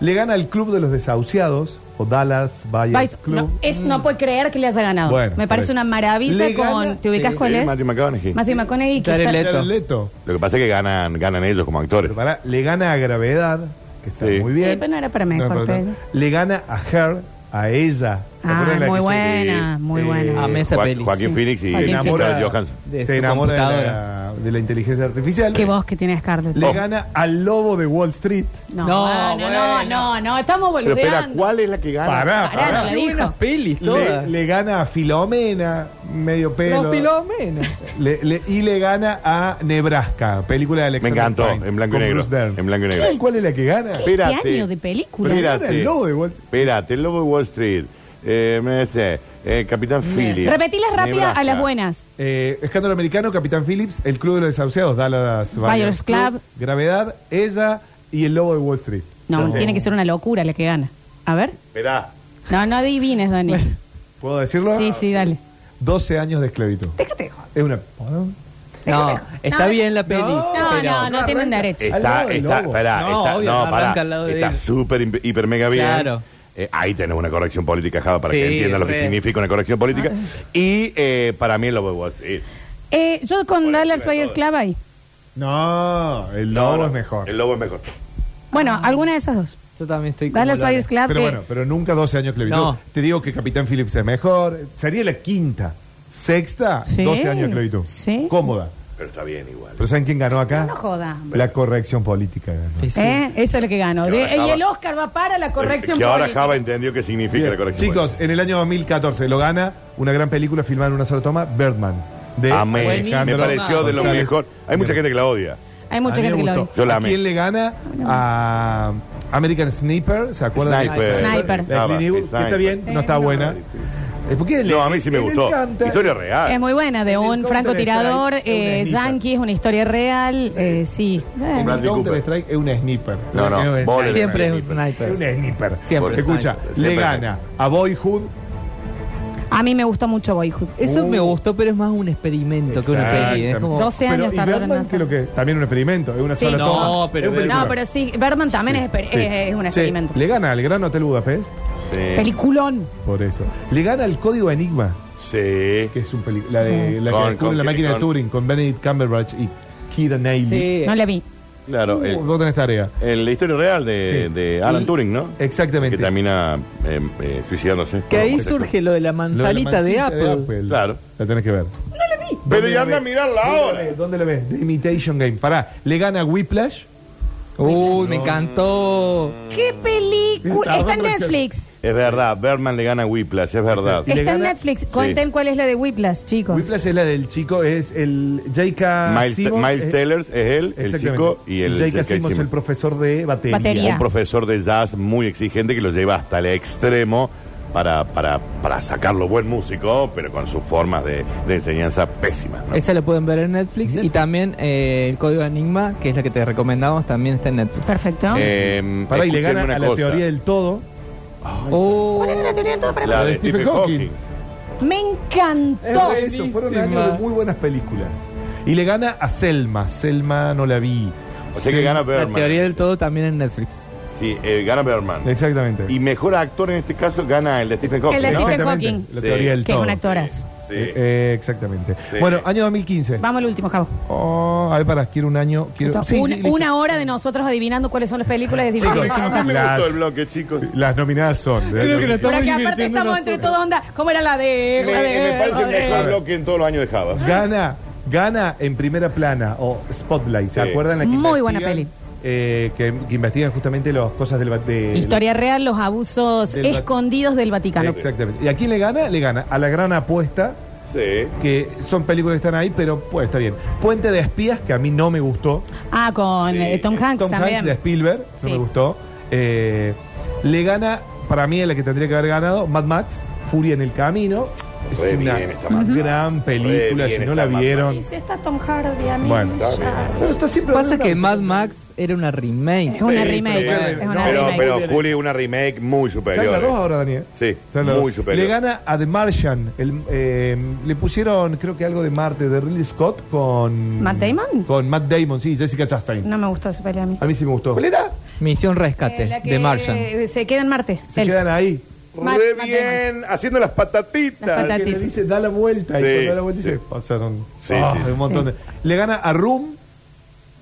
[SPEAKER 5] Le gana al Club de los Desahuciados, o Dallas Buyers
[SPEAKER 1] Vais-
[SPEAKER 5] Club.
[SPEAKER 1] No, es, no puede creer que le haya ganado.
[SPEAKER 5] Bueno,
[SPEAKER 1] me parece
[SPEAKER 5] parece.
[SPEAKER 1] una maravilla
[SPEAKER 5] Le
[SPEAKER 1] con.
[SPEAKER 5] gana-
[SPEAKER 1] ¿Te ubicas
[SPEAKER 3] Sí,
[SPEAKER 1] cuál
[SPEAKER 2] sí,
[SPEAKER 1] es?
[SPEAKER 2] Matthew McConaughey.
[SPEAKER 1] Matthew McConaughey. que
[SPEAKER 3] Jared
[SPEAKER 1] está-
[SPEAKER 3] Leto.
[SPEAKER 5] Jared Leto.
[SPEAKER 2] Lo que pasa es que ganan, ganan ellos como actores.
[SPEAKER 5] Pero pará, le gana a Gravedad, que está
[SPEAKER 2] Sí.
[SPEAKER 5] muy bien.
[SPEAKER 1] Sí, pero no era para mejor,
[SPEAKER 5] No, pero no. Le gana a Her, a ella. ¿Se
[SPEAKER 1] Ah,
[SPEAKER 5] acuerdan la
[SPEAKER 1] muy
[SPEAKER 5] que se-
[SPEAKER 1] buena,
[SPEAKER 5] sí,
[SPEAKER 1] muy
[SPEAKER 5] eh,
[SPEAKER 1] buena.
[SPEAKER 3] Amé esa
[SPEAKER 2] Joa-
[SPEAKER 3] peli.
[SPEAKER 2] Joaquín
[SPEAKER 3] Sí.
[SPEAKER 2] Phoenix y
[SPEAKER 5] Se
[SPEAKER 1] Joaquín
[SPEAKER 5] enamora,
[SPEAKER 2] Scarlett Johansson.
[SPEAKER 3] De
[SPEAKER 5] se
[SPEAKER 3] su
[SPEAKER 5] enamora de la,
[SPEAKER 3] computadora.
[SPEAKER 5] de la inteligencia artificial.
[SPEAKER 1] Qué voz que tiene Scarlett.
[SPEAKER 5] Le
[SPEAKER 2] Oh.
[SPEAKER 5] gana al lobo de Wall Street.
[SPEAKER 1] No,
[SPEAKER 3] No,
[SPEAKER 1] no, no,
[SPEAKER 3] bueno.
[SPEAKER 1] no, no, estamos
[SPEAKER 2] Pero
[SPEAKER 1] boludeando.
[SPEAKER 2] espera, ¿cuál es la que gana?
[SPEAKER 5] Pará,
[SPEAKER 1] Pará, no
[SPEAKER 5] pará.
[SPEAKER 1] la dijo.
[SPEAKER 3] Pelis,
[SPEAKER 5] Le,
[SPEAKER 3] todas.
[SPEAKER 5] le gana a Filomena, medio pelo.
[SPEAKER 3] Los Filomena.
[SPEAKER 5] Le- le- y le gana a Nebraska, película de
[SPEAKER 2] Me
[SPEAKER 5] Alexander
[SPEAKER 2] encantó,
[SPEAKER 5] Payne,
[SPEAKER 2] en blanco y
[SPEAKER 5] con
[SPEAKER 2] negro.
[SPEAKER 5] Bruce Dern.
[SPEAKER 2] En blanco y negro.
[SPEAKER 5] ¿Saben cuál es la que gana?
[SPEAKER 1] ¿Qué
[SPEAKER 2] Espérate.
[SPEAKER 1] año de película?
[SPEAKER 5] Mira.
[SPEAKER 2] Espérate.
[SPEAKER 5] El lobo de Wall-
[SPEAKER 2] Espérate, el lobo de Wall Street. Eh, me dice, eh, Capitán Phillips.
[SPEAKER 1] Repetilas rápidas a
[SPEAKER 2] Nebraska.
[SPEAKER 1] las buenas.
[SPEAKER 5] Eh, Escándalo Americano, Capitán Phillips, El Club de los Desahuciados, Dallas
[SPEAKER 1] Buyers Club.
[SPEAKER 5] Gravedad, Ella y El Lobo de Wall Street.
[SPEAKER 1] No,
[SPEAKER 5] Sí.
[SPEAKER 1] tiene que ser una locura la que gana. A ver.
[SPEAKER 2] Esperá.
[SPEAKER 1] No, no adivines, Dani.
[SPEAKER 5] ¿Puedo decirlo?
[SPEAKER 1] Sí, sí, dale.
[SPEAKER 5] 12 años de esclavitud.
[SPEAKER 1] Déjate, de joder.
[SPEAKER 5] Es una...
[SPEAKER 3] No, está
[SPEAKER 1] No,
[SPEAKER 3] bien la peli.
[SPEAKER 5] no,
[SPEAKER 1] No,
[SPEAKER 3] pero-
[SPEAKER 1] no, no tienen derecho.
[SPEAKER 5] Al lado
[SPEAKER 2] Está,
[SPEAKER 5] del
[SPEAKER 2] está,
[SPEAKER 5] lobo.
[SPEAKER 2] pará,
[SPEAKER 3] No,
[SPEAKER 2] está,
[SPEAKER 3] obvio,
[SPEAKER 2] no,
[SPEAKER 3] arranca
[SPEAKER 2] pará.
[SPEAKER 3] al lado de
[SPEAKER 2] Está
[SPEAKER 3] él.
[SPEAKER 2] súper, imp- hiper, mega bien.
[SPEAKER 3] Claro.
[SPEAKER 2] Eh, ahí tenés una corrección política, Java, para
[SPEAKER 3] Sí,
[SPEAKER 2] que entiendas lo que
[SPEAKER 3] re.
[SPEAKER 2] significa una corrección política. Y eh, para mí el lobo de Wall Street.
[SPEAKER 1] Eh, yo con
[SPEAKER 2] Por
[SPEAKER 1] Dallas
[SPEAKER 2] encima de
[SPEAKER 1] Buyers
[SPEAKER 2] todo.
[SPEAKER 1] Club ahí.
[SPEAKER 5] No, El Lobo es mejor.
[SPEAKER 2] El lobo es mejor.
[SPEAKER 1] Bueno, alguna de esas dos.
[SPEAKER 3] Yo también estoy
[SPEAKER 1] Dallas
[SPEAKER 3] como Lola.
[SPEAKER 1] Buyers Club.
[SPEAKER 5] Pero
[SPEAKER 1] eh,
[SPEAKER 5] bueno, pero nunca 12 años de esclavitud.
[SPEAKER 3] No.
[SPEAKER 5] Te digo que Capitán Phillips es mejor. Sería la quinta. Sexta,
[SPEAKER 1] Sí.
[SPEAKER 5] 12 años de esclavitud.
[SPEAKER 1] Sí.
[SPEAKER 5] Cómoda.
[SPEAKER 2] Pero está bien igual.
[SPEAKER 5] Pero ¿saben quién ganó acá?
[SPEAKER 1] No joda.
[SPEAKER 5] La corrección política ganó.
[SPEAKER 3] Sí, sí.
[SPEAKER 1] ¿Eh? Eso es lo que ganó.
[SPEAKER 2] Que ahora
[SPEAKER 1] De- y
[SPEAKER 2] Java-
[SPEAKER 1] el Oscar va para
[SPEAKER 5] Eh,
[SPEAKER 1] la corrección
[SPEAKER 2] Que ahora
[SPEAKER 1] política.
[SPEAKER 2] Java entendió qué significa la corrección
[SPEAKER 5] Chicos, en el año 2014 lo gana una gran película filmada en una sola toma, Birdman. De
[SPEAKER 2] Amén. Me
[SPEAKER 5] Alejandro
[SPEAKER 2] pareció de lo
[SPEAKER 5] González.
[SPEAKER 2] mejor. Hay mucha gente que la odia.
[SPEAKER 1] Hay mucha
[SPEAKER 5] A mí
[SPEAKER 1] gente que
[SPEAKER 5] me
[SPEAKER 1] lo
[SPEAKER 5] gustó.
[SPEAKER 2] Yo la
[SPEAKER 5] ¿A
[SPEAKER 2] amé.
[SPEAKER 5] ¿Quién le gana? A American Sniper, ¿se acuerdan?
[SPEAKER 2] Sniper. Ah,
[SPEAKER 1] Sniper.
[SPEAKER 5] La de Clint Eastwood, que está bien, no está buena. Eh, ¿por qué le-
[SPEAKER 2] No, a mí sí me
[SPEAKER 5] le
[SPEAKER 2] gustó.
[SPEAKER 5] encanta?
[SPEAKER 2] Historia real.
[SPEAKER 1] Es muy buena, de
[SPEAKER 5] En el
[SPEAKER 1] un
[SPEAKER 5] Counter
[SPEAKER 1] francotirador
[SPEAKER 5] Strike, de una
[SPEAKER 1] eh,
[SPEAKER 5] esnita.
[SPEAKER 1] yankee, es una historia real, eh, sí.
[SPEAKER 5] En
[SPEAKER 1] Bueno.
[SPEAKER 2] Bradley
[SPEAKER 5] Counter
[SPEAKER 2] Cooper.
[SPEAKER 5] Strike es un sniper.
[SPEAKER 2] No, no,
[SPEAKER 5] Es un-
[SPEAKER 2] vos le-
[SPEAKER 3] Siempre es un
[SPEAKER 2] Sniper.
[SPEAKER 5] es un
[SPEAKER 3] sniper.
[SPEAKER 5] sniper.
[SPEAKER 3] Siempre.
[SPEAKER 5] Escucha,
[SPEAKER 2] Siempre.
[SPEAKER 5] le gana a Boyhood.
[SPEAKER 1] A mí me gustó mucho Boyhood.
[SPEAKER 3] Eso
[SPEAKER 5] Uh.
[SPEAKER 3] me gustó, pero es más un experimento que una peli. ¿eh? Es como,
[SPEAKER 1] Dos- 12 años
[SPEAKER 5] y
[SPEAKER 1] tardaron en
[SPEAKER 5] Birdman,
[SPEAKER 1] hacer.
[SPEAKER 5] creo que también un experimento, es una
[SPEAKER 1] Sí.
[SPEAKER 5] sola
[SPEAKER 1] No,
[SPEAKER 5] toma.
[SPEAKER 3] pero-
[SPEAKER 5] Es un
[SPEAKER 1] No,
[SPEAKER 5] película.
[SPEAKER 1] pero sí, Berman también es, esper-
[SPEAKER 5] Sí.
[SPEAKER 1] es- es un
[SPEAKER 5] Che,
[SPEAKER 1] experimento.
[SPEAKER 5] le gana al Gran Hotel Budapest,
[SPEAKER 2] Sí.
[SPEAKER 1] Peliculón.
[SPEAKER 5] por eso. Le gana al Código Enigma,
[SPEAKER 2] Sí.
[SPEAKER 5] que es un peli- la de la, que
[SPEAKER 2] Con-
[SPEAKER 5] descubre
[SPEAKER 2] con-
[SPEAKER 5] la máquina de
[SPEAKER 2] con-
[SPEAKER 5] Turing con Benedict Cumberbatch y Kira Knightley.
[SPEAKER 3] Sí.
[SPEAKER 1] No la vi.
[SPEAKER 2] Claro.
[SPEAKER 5] Uh,
[SPEAKER 2] el-
[SPEAKER 5] vos tenés tarea.
[SPEAKER 2] el- la historia real de,
[SPEAKER 5] Sí.
[SPEAKER 2] de Alan
[SPEAKER 3] Y-
[SPEAKER 2] Turing, ¿no?
[SPEAKER 5] Exactamente.
[SPEAKER 2] Que termina eh, eh, suicidándose.
[SPEAKER 3] Que ahí
[SPEAKER 2] Por-
[SPEAKER 3] surge lo de la
[SPEAKER 5] Lo de la
[SPEAKER 3] manzanita de,
[SPEAKER 5] mancita
[SPEAKER 3] Apple.
[SPEAKER 2] Claro.
[SPEAKER 5] La tenés que ver.
[SPEAKER 2] Pero
[SPEAKER 5] ¿Dónde
[SPEAKER 2] ya
[SPEAKER 5] la
[SPEAKER 2] anda a
[SPEAKER 5] ves?
[SPEAKER 2] mirarla
[SPEAKER 5] ¿Dónde
[SPEAKER 2] ahora.
[SPEAKER 5] la ves? ¿Dónde la ves? The Imitation Game. Pará, le gana Whiplash.
[SPEAKER 3] Uy, me encantó.
[SPEAKER 1] ¿Qué película?
[SPEAKER 5] Está
[SPEAKER 1] Está en
[SPEAKER 5] bueno,
[SPEAKER 1] Netflix.
[SPEAKER 2] Es verdad, Berman le gana a Whiplash, es verdad.
[SPEAKER 5] Y le
[SPEAKER 1] Está en
[SPEAKER 5] gana-
[SPEAKER 1] Netflix. Cuenten cuál es la de Whiplash, chicos.
[SPEAKER 5] Whiplash es la del chico, es el J.K.
[SPEAKER 2] Miles,
[SPEAKER 5] Simmons,
[SPEAKER 2] Miles
[SPEAKER 5] eh,
[SPEAKER 2] Tellers es él, el
[SPEAKER 5] exactamente.
[SPEAKER 2] chico, y el
[SPEAKER 5] J.K.
[SPEAKER 2] J.K.
[SPEAKER 5] Simmons, el
[SPEAKER 2] Simmons.
[SPEAKER 5] profesor de batería.
[SPEAKER 1] Batería.
[SPEAKER 2] Un profesor de jazz muy exigente que lo lleva hasta el extremo para, para, para sacarlo buen músico, pero con sus formas de, de enseñanza pésimas. ¿no?
[SPEAKER 3] Esa la pueden ver en Netflix. Y también eh, el código Enigma, que es la que te recomendamos, también está en Netflix.
[SPEAKER 1] Perfecto.
[SPEAKER 2] Eh,
[SPEAKER 5] Pará, y le
[SPEAKER 2] escúchenme
[SPEAKER 5] gana
[SPEAKER 2] una
[SPEAKER 5] a la
[SPEAKER 2] cosa.
[SPEAKER 5] teoría del todo.
[SPEAKER 3] Oh.
[SPEAKER 1] ¿Cuál era la teoría de todo para mí?
[SPEAKER 2] La de Stephen Hawking.
[SPEAKER 1] Me encantó.
[SPEAKER 5] Es eso, fueron
[SPEAKER 3] Buenísima.
[SPEAKER 5] años de muy buenas películas. Y le gana a Selma. Selma no la vi.
[SPEAKER 2] O sea que gana
[SPEAKER 3] La
[SPEAKER 2] Berman.
[SPEAKER 3] teoría del todo también en Netflix.
[SPEAKER 2] Sí, eh, gana Berman.
[SPEAKER 5] Exactamente.
[SPEAKER 2] Y mejor actor en este caso gana el de Stephen Hawking.
[SPEAKER 1] El de
[SPEAKER 2] ¿no?
[SPEAKER 1] Stephen
[SPEAKER 5] Exactamente,
[SPEAKER 1] Hawking.
[SPEAKER 5] La
[SPEAKER 2] Sí.
[SPEAKER 5] teoría del
[SPEAKER 1] Que es
[SPEAKER 5] todo.
[SPEAKER 1] una actora's.
[SPEAKER 2] Sí.
[SPEAKER 5] Eh, eh, exactamente.
[SPEAKER 2] Sí.
[SPEAKER 5] Bueno, año 2015.
[SPEAKER 1] Vamos al último, Javo.
[SPEAKER 5] Oh, a ver, para, quiero un año. Quiero...
[SPEAKER 1] Entonces,
[SPEAKER 5] Sí,
[SPEAKER 1] una,
[SPEAKER 5] sí, listo.
[SPEAKER 1] una hora de nosotros adivinando cuáles son las películas de
[SPEAKER 5] Chicos,
[SPEAKER 1] difícil.
[SPEAKER 5] hicimos
[SPEAKER 2] Ah, me
[SPEAKER 5] Las-
[SPEAKER 2] gustó el bloque, chicos.
[SPEAKER 5] Las nominadas son.
[SPEAKER 3] Creo que no está-
[SPEAKER 1] Pero
[SPEAKER 3] Estamos
[SPEAKER 1] que aparte
[SPEAKER 3] divirtiendo
[SPEAKER 1] estamos entre
[SPEAKER 3] nosotros.
[SPEAKER 1] todos, onda. ¿Cómo era la de.?
[SPEAKER 2] Me,
[SPEAKER 1] la de-
[SPEAKER 2] me parece el
[SPEAKER 1] la de-
[SPEAKER 2] mejor bloque en todos los años de Java.
[SPEAKER 5] Gana, gana en primera plana o Spotlight. ¿Se
[SPEAKER 2] Sí.
[SPEAKER 5] acuerdan la que
[SPEAKER 1] Muy buena
[SPEAKER 5] investigan,
[SPEAKER 1] peli.
[SPEAKER 5] eh, que, que investigan justamente las cosas del. ba- de-
[SPEAKER 1] Historia real, los abusos
[SPEAKER 5] Del Vaticano.
[SPEAKER 1] escondidos del
[SPEAKER 5] de-
[SPEAKER 1] Vaticano.
[SPEAKER 5] Exactamente. ¿Y a quién le gana? Le gana a la gran apuesta,
[SPEAKER 2] Sí.
[SPEAKER 5] que son películas que están ahí, pero pues está bien. Puente de espías, que a mí no me gustó.
[SPEAKER 1] Ah, con
[SPEAKER 2] Sí.
[SPEAKER 1] eh, Tom Hanks
[SPEAKER 5] Tom
[SPEAKER 1] también.
[SPEAKER 5] Hanks de Spielberg, no
[SPEAKER 1] Sí.
[SPEAKER 5] me gustó. Eh, le gana, para mí es la que tendría que haber ganado, Mad Max, Furia en el Camino. Es
[SPEAKER 2] Re
[SPEAKER 5] una
[SPEAKER 2] bien está Mad Max.
[SPEAKER 5] gran película,
[SPEAKER 2] Re bien
[SPEAKER 5] si no
[SPEAKER 2] está
[SPEAKER 5] la
[SPEAKER 2] Mad
[SPEAKER 5] vieron.
[SPEAKER 1] Y si está Tom Hardy, a mí
[SPEAKER 5] Bueno,
[SPEAKER 1] ya-
[SPEAKER 2] está bien.
[SPEAKER 5] Pero está siempre
[SPEAKER 3] Pasa que
[SPEAKER 5] hablando.
[SPEAKER 3] Mad Max era una remake.
[SPEAKER 1] Es una
[SPEAKER 2] Sí,
[SPEAKER 1] remake.
[SPEAKER 2] pero-
[SPEAKER 1] es una
[SPEAKER 2] pero,
[SPEAKER 1] remake.
[SPEAKER 2] pero Juli, una remake muy
[SPEAKER 5] Están
[SPEAKER 2] superior.
[SPEAKER 5] las dos
[SPEAKER 2] eh.
[SPEAKER 5] ahora, Daniel.
[SPEAKER 2] Sí,
[SPEAKER 5] Están las
[SPEAKER 2] muy
[SPEAKER 5] dos.
[SPEAKER 2] superior.
[SPEAKER 5] Le gana a The Martian. el, eh, le pusieron, creo que algo de Marte, de Ridley Scott con.
[SPEAKER 1] ¿Matt Damon?
[SPEAKER 5] Con Matt Damon, sí, Jessica Chastain.
[SPEAKER 1] No me gustó esa pelea a mí.
[SPEAKER 5] A mí sí me gustó. ¿Cuál era?
[SPEAKER 3] Misión
[SPEAKER 1] Eh,
[SPEAKER 3] Rescate,
[SPEAKER 1] la que
[SPEAKER 3] de Martian.
[SPEAKER 1] Se queda en Marte.
[SPEAKER 5] Se
[SPEAKER 1] Él.
[SPEAKER 5] quedan ahí.
[SPEAKER 1] Matt-
[SPEAKER 2] Re
[SPEAKER 1] Matt
[SPEAKER 2] bien, haciendo las patatitas.
[SPEAKER 1] Las
[SPEAKER 5] Que le
[SPEAKER 1] patatitas.
[SPEAKER 5] dice, da la vuelta.
[SPEAKER 2] Sí,
[SPEAKER 5] y cuando da la vuelta
[SPEAKER 2] sí.
[SPEAKER 5] dice, pasaron.
[SPEAKER 2] Sí,
[SPEAKER 5] Ah,
[SPEAKER 2] sí, sí.
[SPEAKER 5] un montón de. Le gana a Room.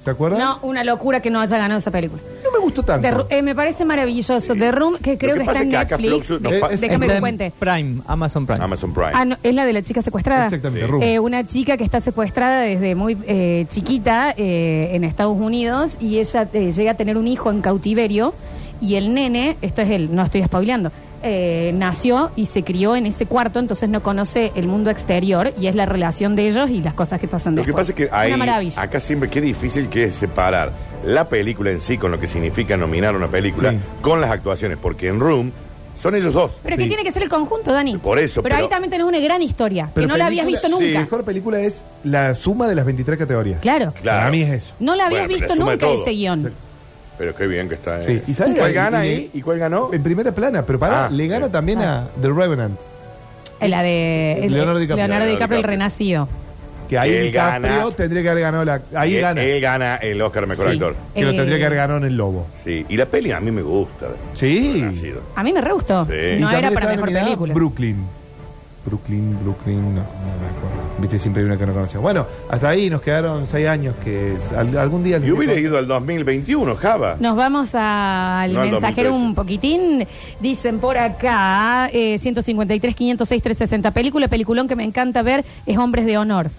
[SPEAKER 5] ¿Se acuerdan?
[SPEAKER 1] No, una locura que no haya ganado esa película.
[SPEAKER 5] No me gustó tanto.
[SPEAKER 1] The Ru- eh, me parece maravilloso. The Room, que creo
[SPEAKER 2] que
[SPEAKER 1] que, está
[SPEAKER 2] pasa
[SPEAKER 1] en
[SPEAKER 2] es que acá
[SPEAKER 1] Netflix. Eh,
[SPEAKER 2] Fluxus
[SPEAKER 5] nos pa-
[SPEAKER 1] Déjame
[SPEAKER 3] Está
[SPEAKER 1] que
[SPEAKER 3] en
[SPEAKER 1] cuente.
[SPEAKER 3] Prime, Amazon Prime.
[SPEAKER 2] Amazon Prime.
[SPEAKER 1] Ah, no, es la de la chica secuestrada.
[SPEAKER 5] Exactamente,
[SPEAKER 2] Sí.
[SPEAKER 5] Room.
[SPEAKER 1] Eh, una chica que está secuestrada desde muy eh, chiquita eh, en Estados Unidos y ella eh, llega a tener un hijo en cautiverio y el nene, esto es él, no estoy spoileando, eh, nació y se crió en ese cuarto, entonces no conoce el mundo exterior y es la relación de ellos y las cosas que pasan
[SPEAKER 2] Lo que
[SPEAKER 1] después.
[SPEAKER 2] pasa es que ahí,
[SPEAKER 1] Una maravilla.
[SPEAKER 2] acá siempre qué difícil que es separar la película en sí con lo que significa nominar una película
[SPEAKER 5] Sí.
[SPEAKER 2] con las actuaciones, porque en Room son ellos dos.
[SPEAKER 1] Pero es que
[SPEAKER 5] Sí.
[SPEAKER 1] tiene que ser el conjunto, Dani.
[SPEAKER 2] Por eso,
[SPEAKER 1] Pero,
[SPEAKER 2] pero-
[SPEAKER 1] ahí también tenés una gran historia,
[SPEAKER 5] Pero
[SPEAKER 1] que no la habías visto
[SPEAKER 5] película-
[SPEAKER 2] sí,
[SPEAKER 1] nunca.
[SPEAKER 5] La mejor película es la suma de las 23 categorías.
[SPEAKER 1] Claro.
[SPEAKER 5] Para mí es eso.
[SPEAKER 1] No la habías
[SPEAKER 2] Bueno, pero
[SPEAKER 1] visto
[SPEAKER 2] la suma de
[SPEAKER 1] nunca
[SPEAKER 2] todo.
[SPEAKER 1] ese guión.
[SPEAKER 2] Pero qué bien que está.
[SPEAKER 5] Sí.
[SPEAKER 2] eh.
[SPEAKER 5] ¿Y sabes
[SPEAKER 2] cuál
[SPEAKER 5] que-
[SPEAKER 2] gana
[SPEAKER 5] y-
[SPEAKER 2] ahí? ¿Y cuál ganó?
[SPEAKER 5] En primera plana, pero pará,
[SPEAKER 2] Ah,
[SPEAKER 5] le gana
[SPEAKER 2] sí.
[SPEAKER 5] también a The Revenant.
[SPEAKER 1] Eh, La de el-
[SPEAKER 5] Leonardo DiCaprio.
[SPEAKER 1] Leonardo DiCaprio, el
[SPEAKER 2] DiCaprio.
[SPEAKER 1] renacido.
[SPEAKER 5] Que ahí
[SPEAKER 2] Él
[SPEAKER 5] DiCaprio
[SPEAKER 2] gana.
[SPEAKER 5] tendría que haber ganado la. Ahí
[SPEAKER 2] él,
[SPEAKER 5] gana.
[SPEAKER 2] Él gana el Oscar Mejor
[SPEAKER 1] Sí.
[SPEAKER 2] Actor.
[SPEAKER 5] que lo
[SPEAKER 1] Eh,
[SPEAKER 5] tendría que haber ganado en el lobo.
[SPEAKER 2] Sí. Y la peli a mí me gusta.
[SPEAKER 5] Sí.
[SPEAKER 2] Nacido.
[SPEAKER 1] A mí me re gustó.
[SPEAKER 2] Sí.
[SPEAKER 5] Y
[SPEAKER 1] No
[SPEAKER 5] también
[SPEAKER 1] era para
[SPEAKER 5] estaba
[SPEAKER 1] mejor
[SPEAKER 5] nominada
[SPEAKER 1] película.
[SPEAKER 5] Brooklyn. Brooklyn, Brooklyn, no, no me acuerdo. Viste, siempre hay una que no conocemos. Bueno, hasta ahí nos quedaron seis años que es- al- algún día...
[SPEAKER 2] Y hubiera ido al 2021, Java.
[SPEAKER 1] Nos vamos al
[SPEAKER 2] No, al
[SPEAKER 1] mensajero
[SPEAKER 2] 2013.
[SPEAKER 1] un poquitín. Dicen por acá, eh, 153, 506, 360. Película, peliculón que me encanta ver es Hombres de Honor.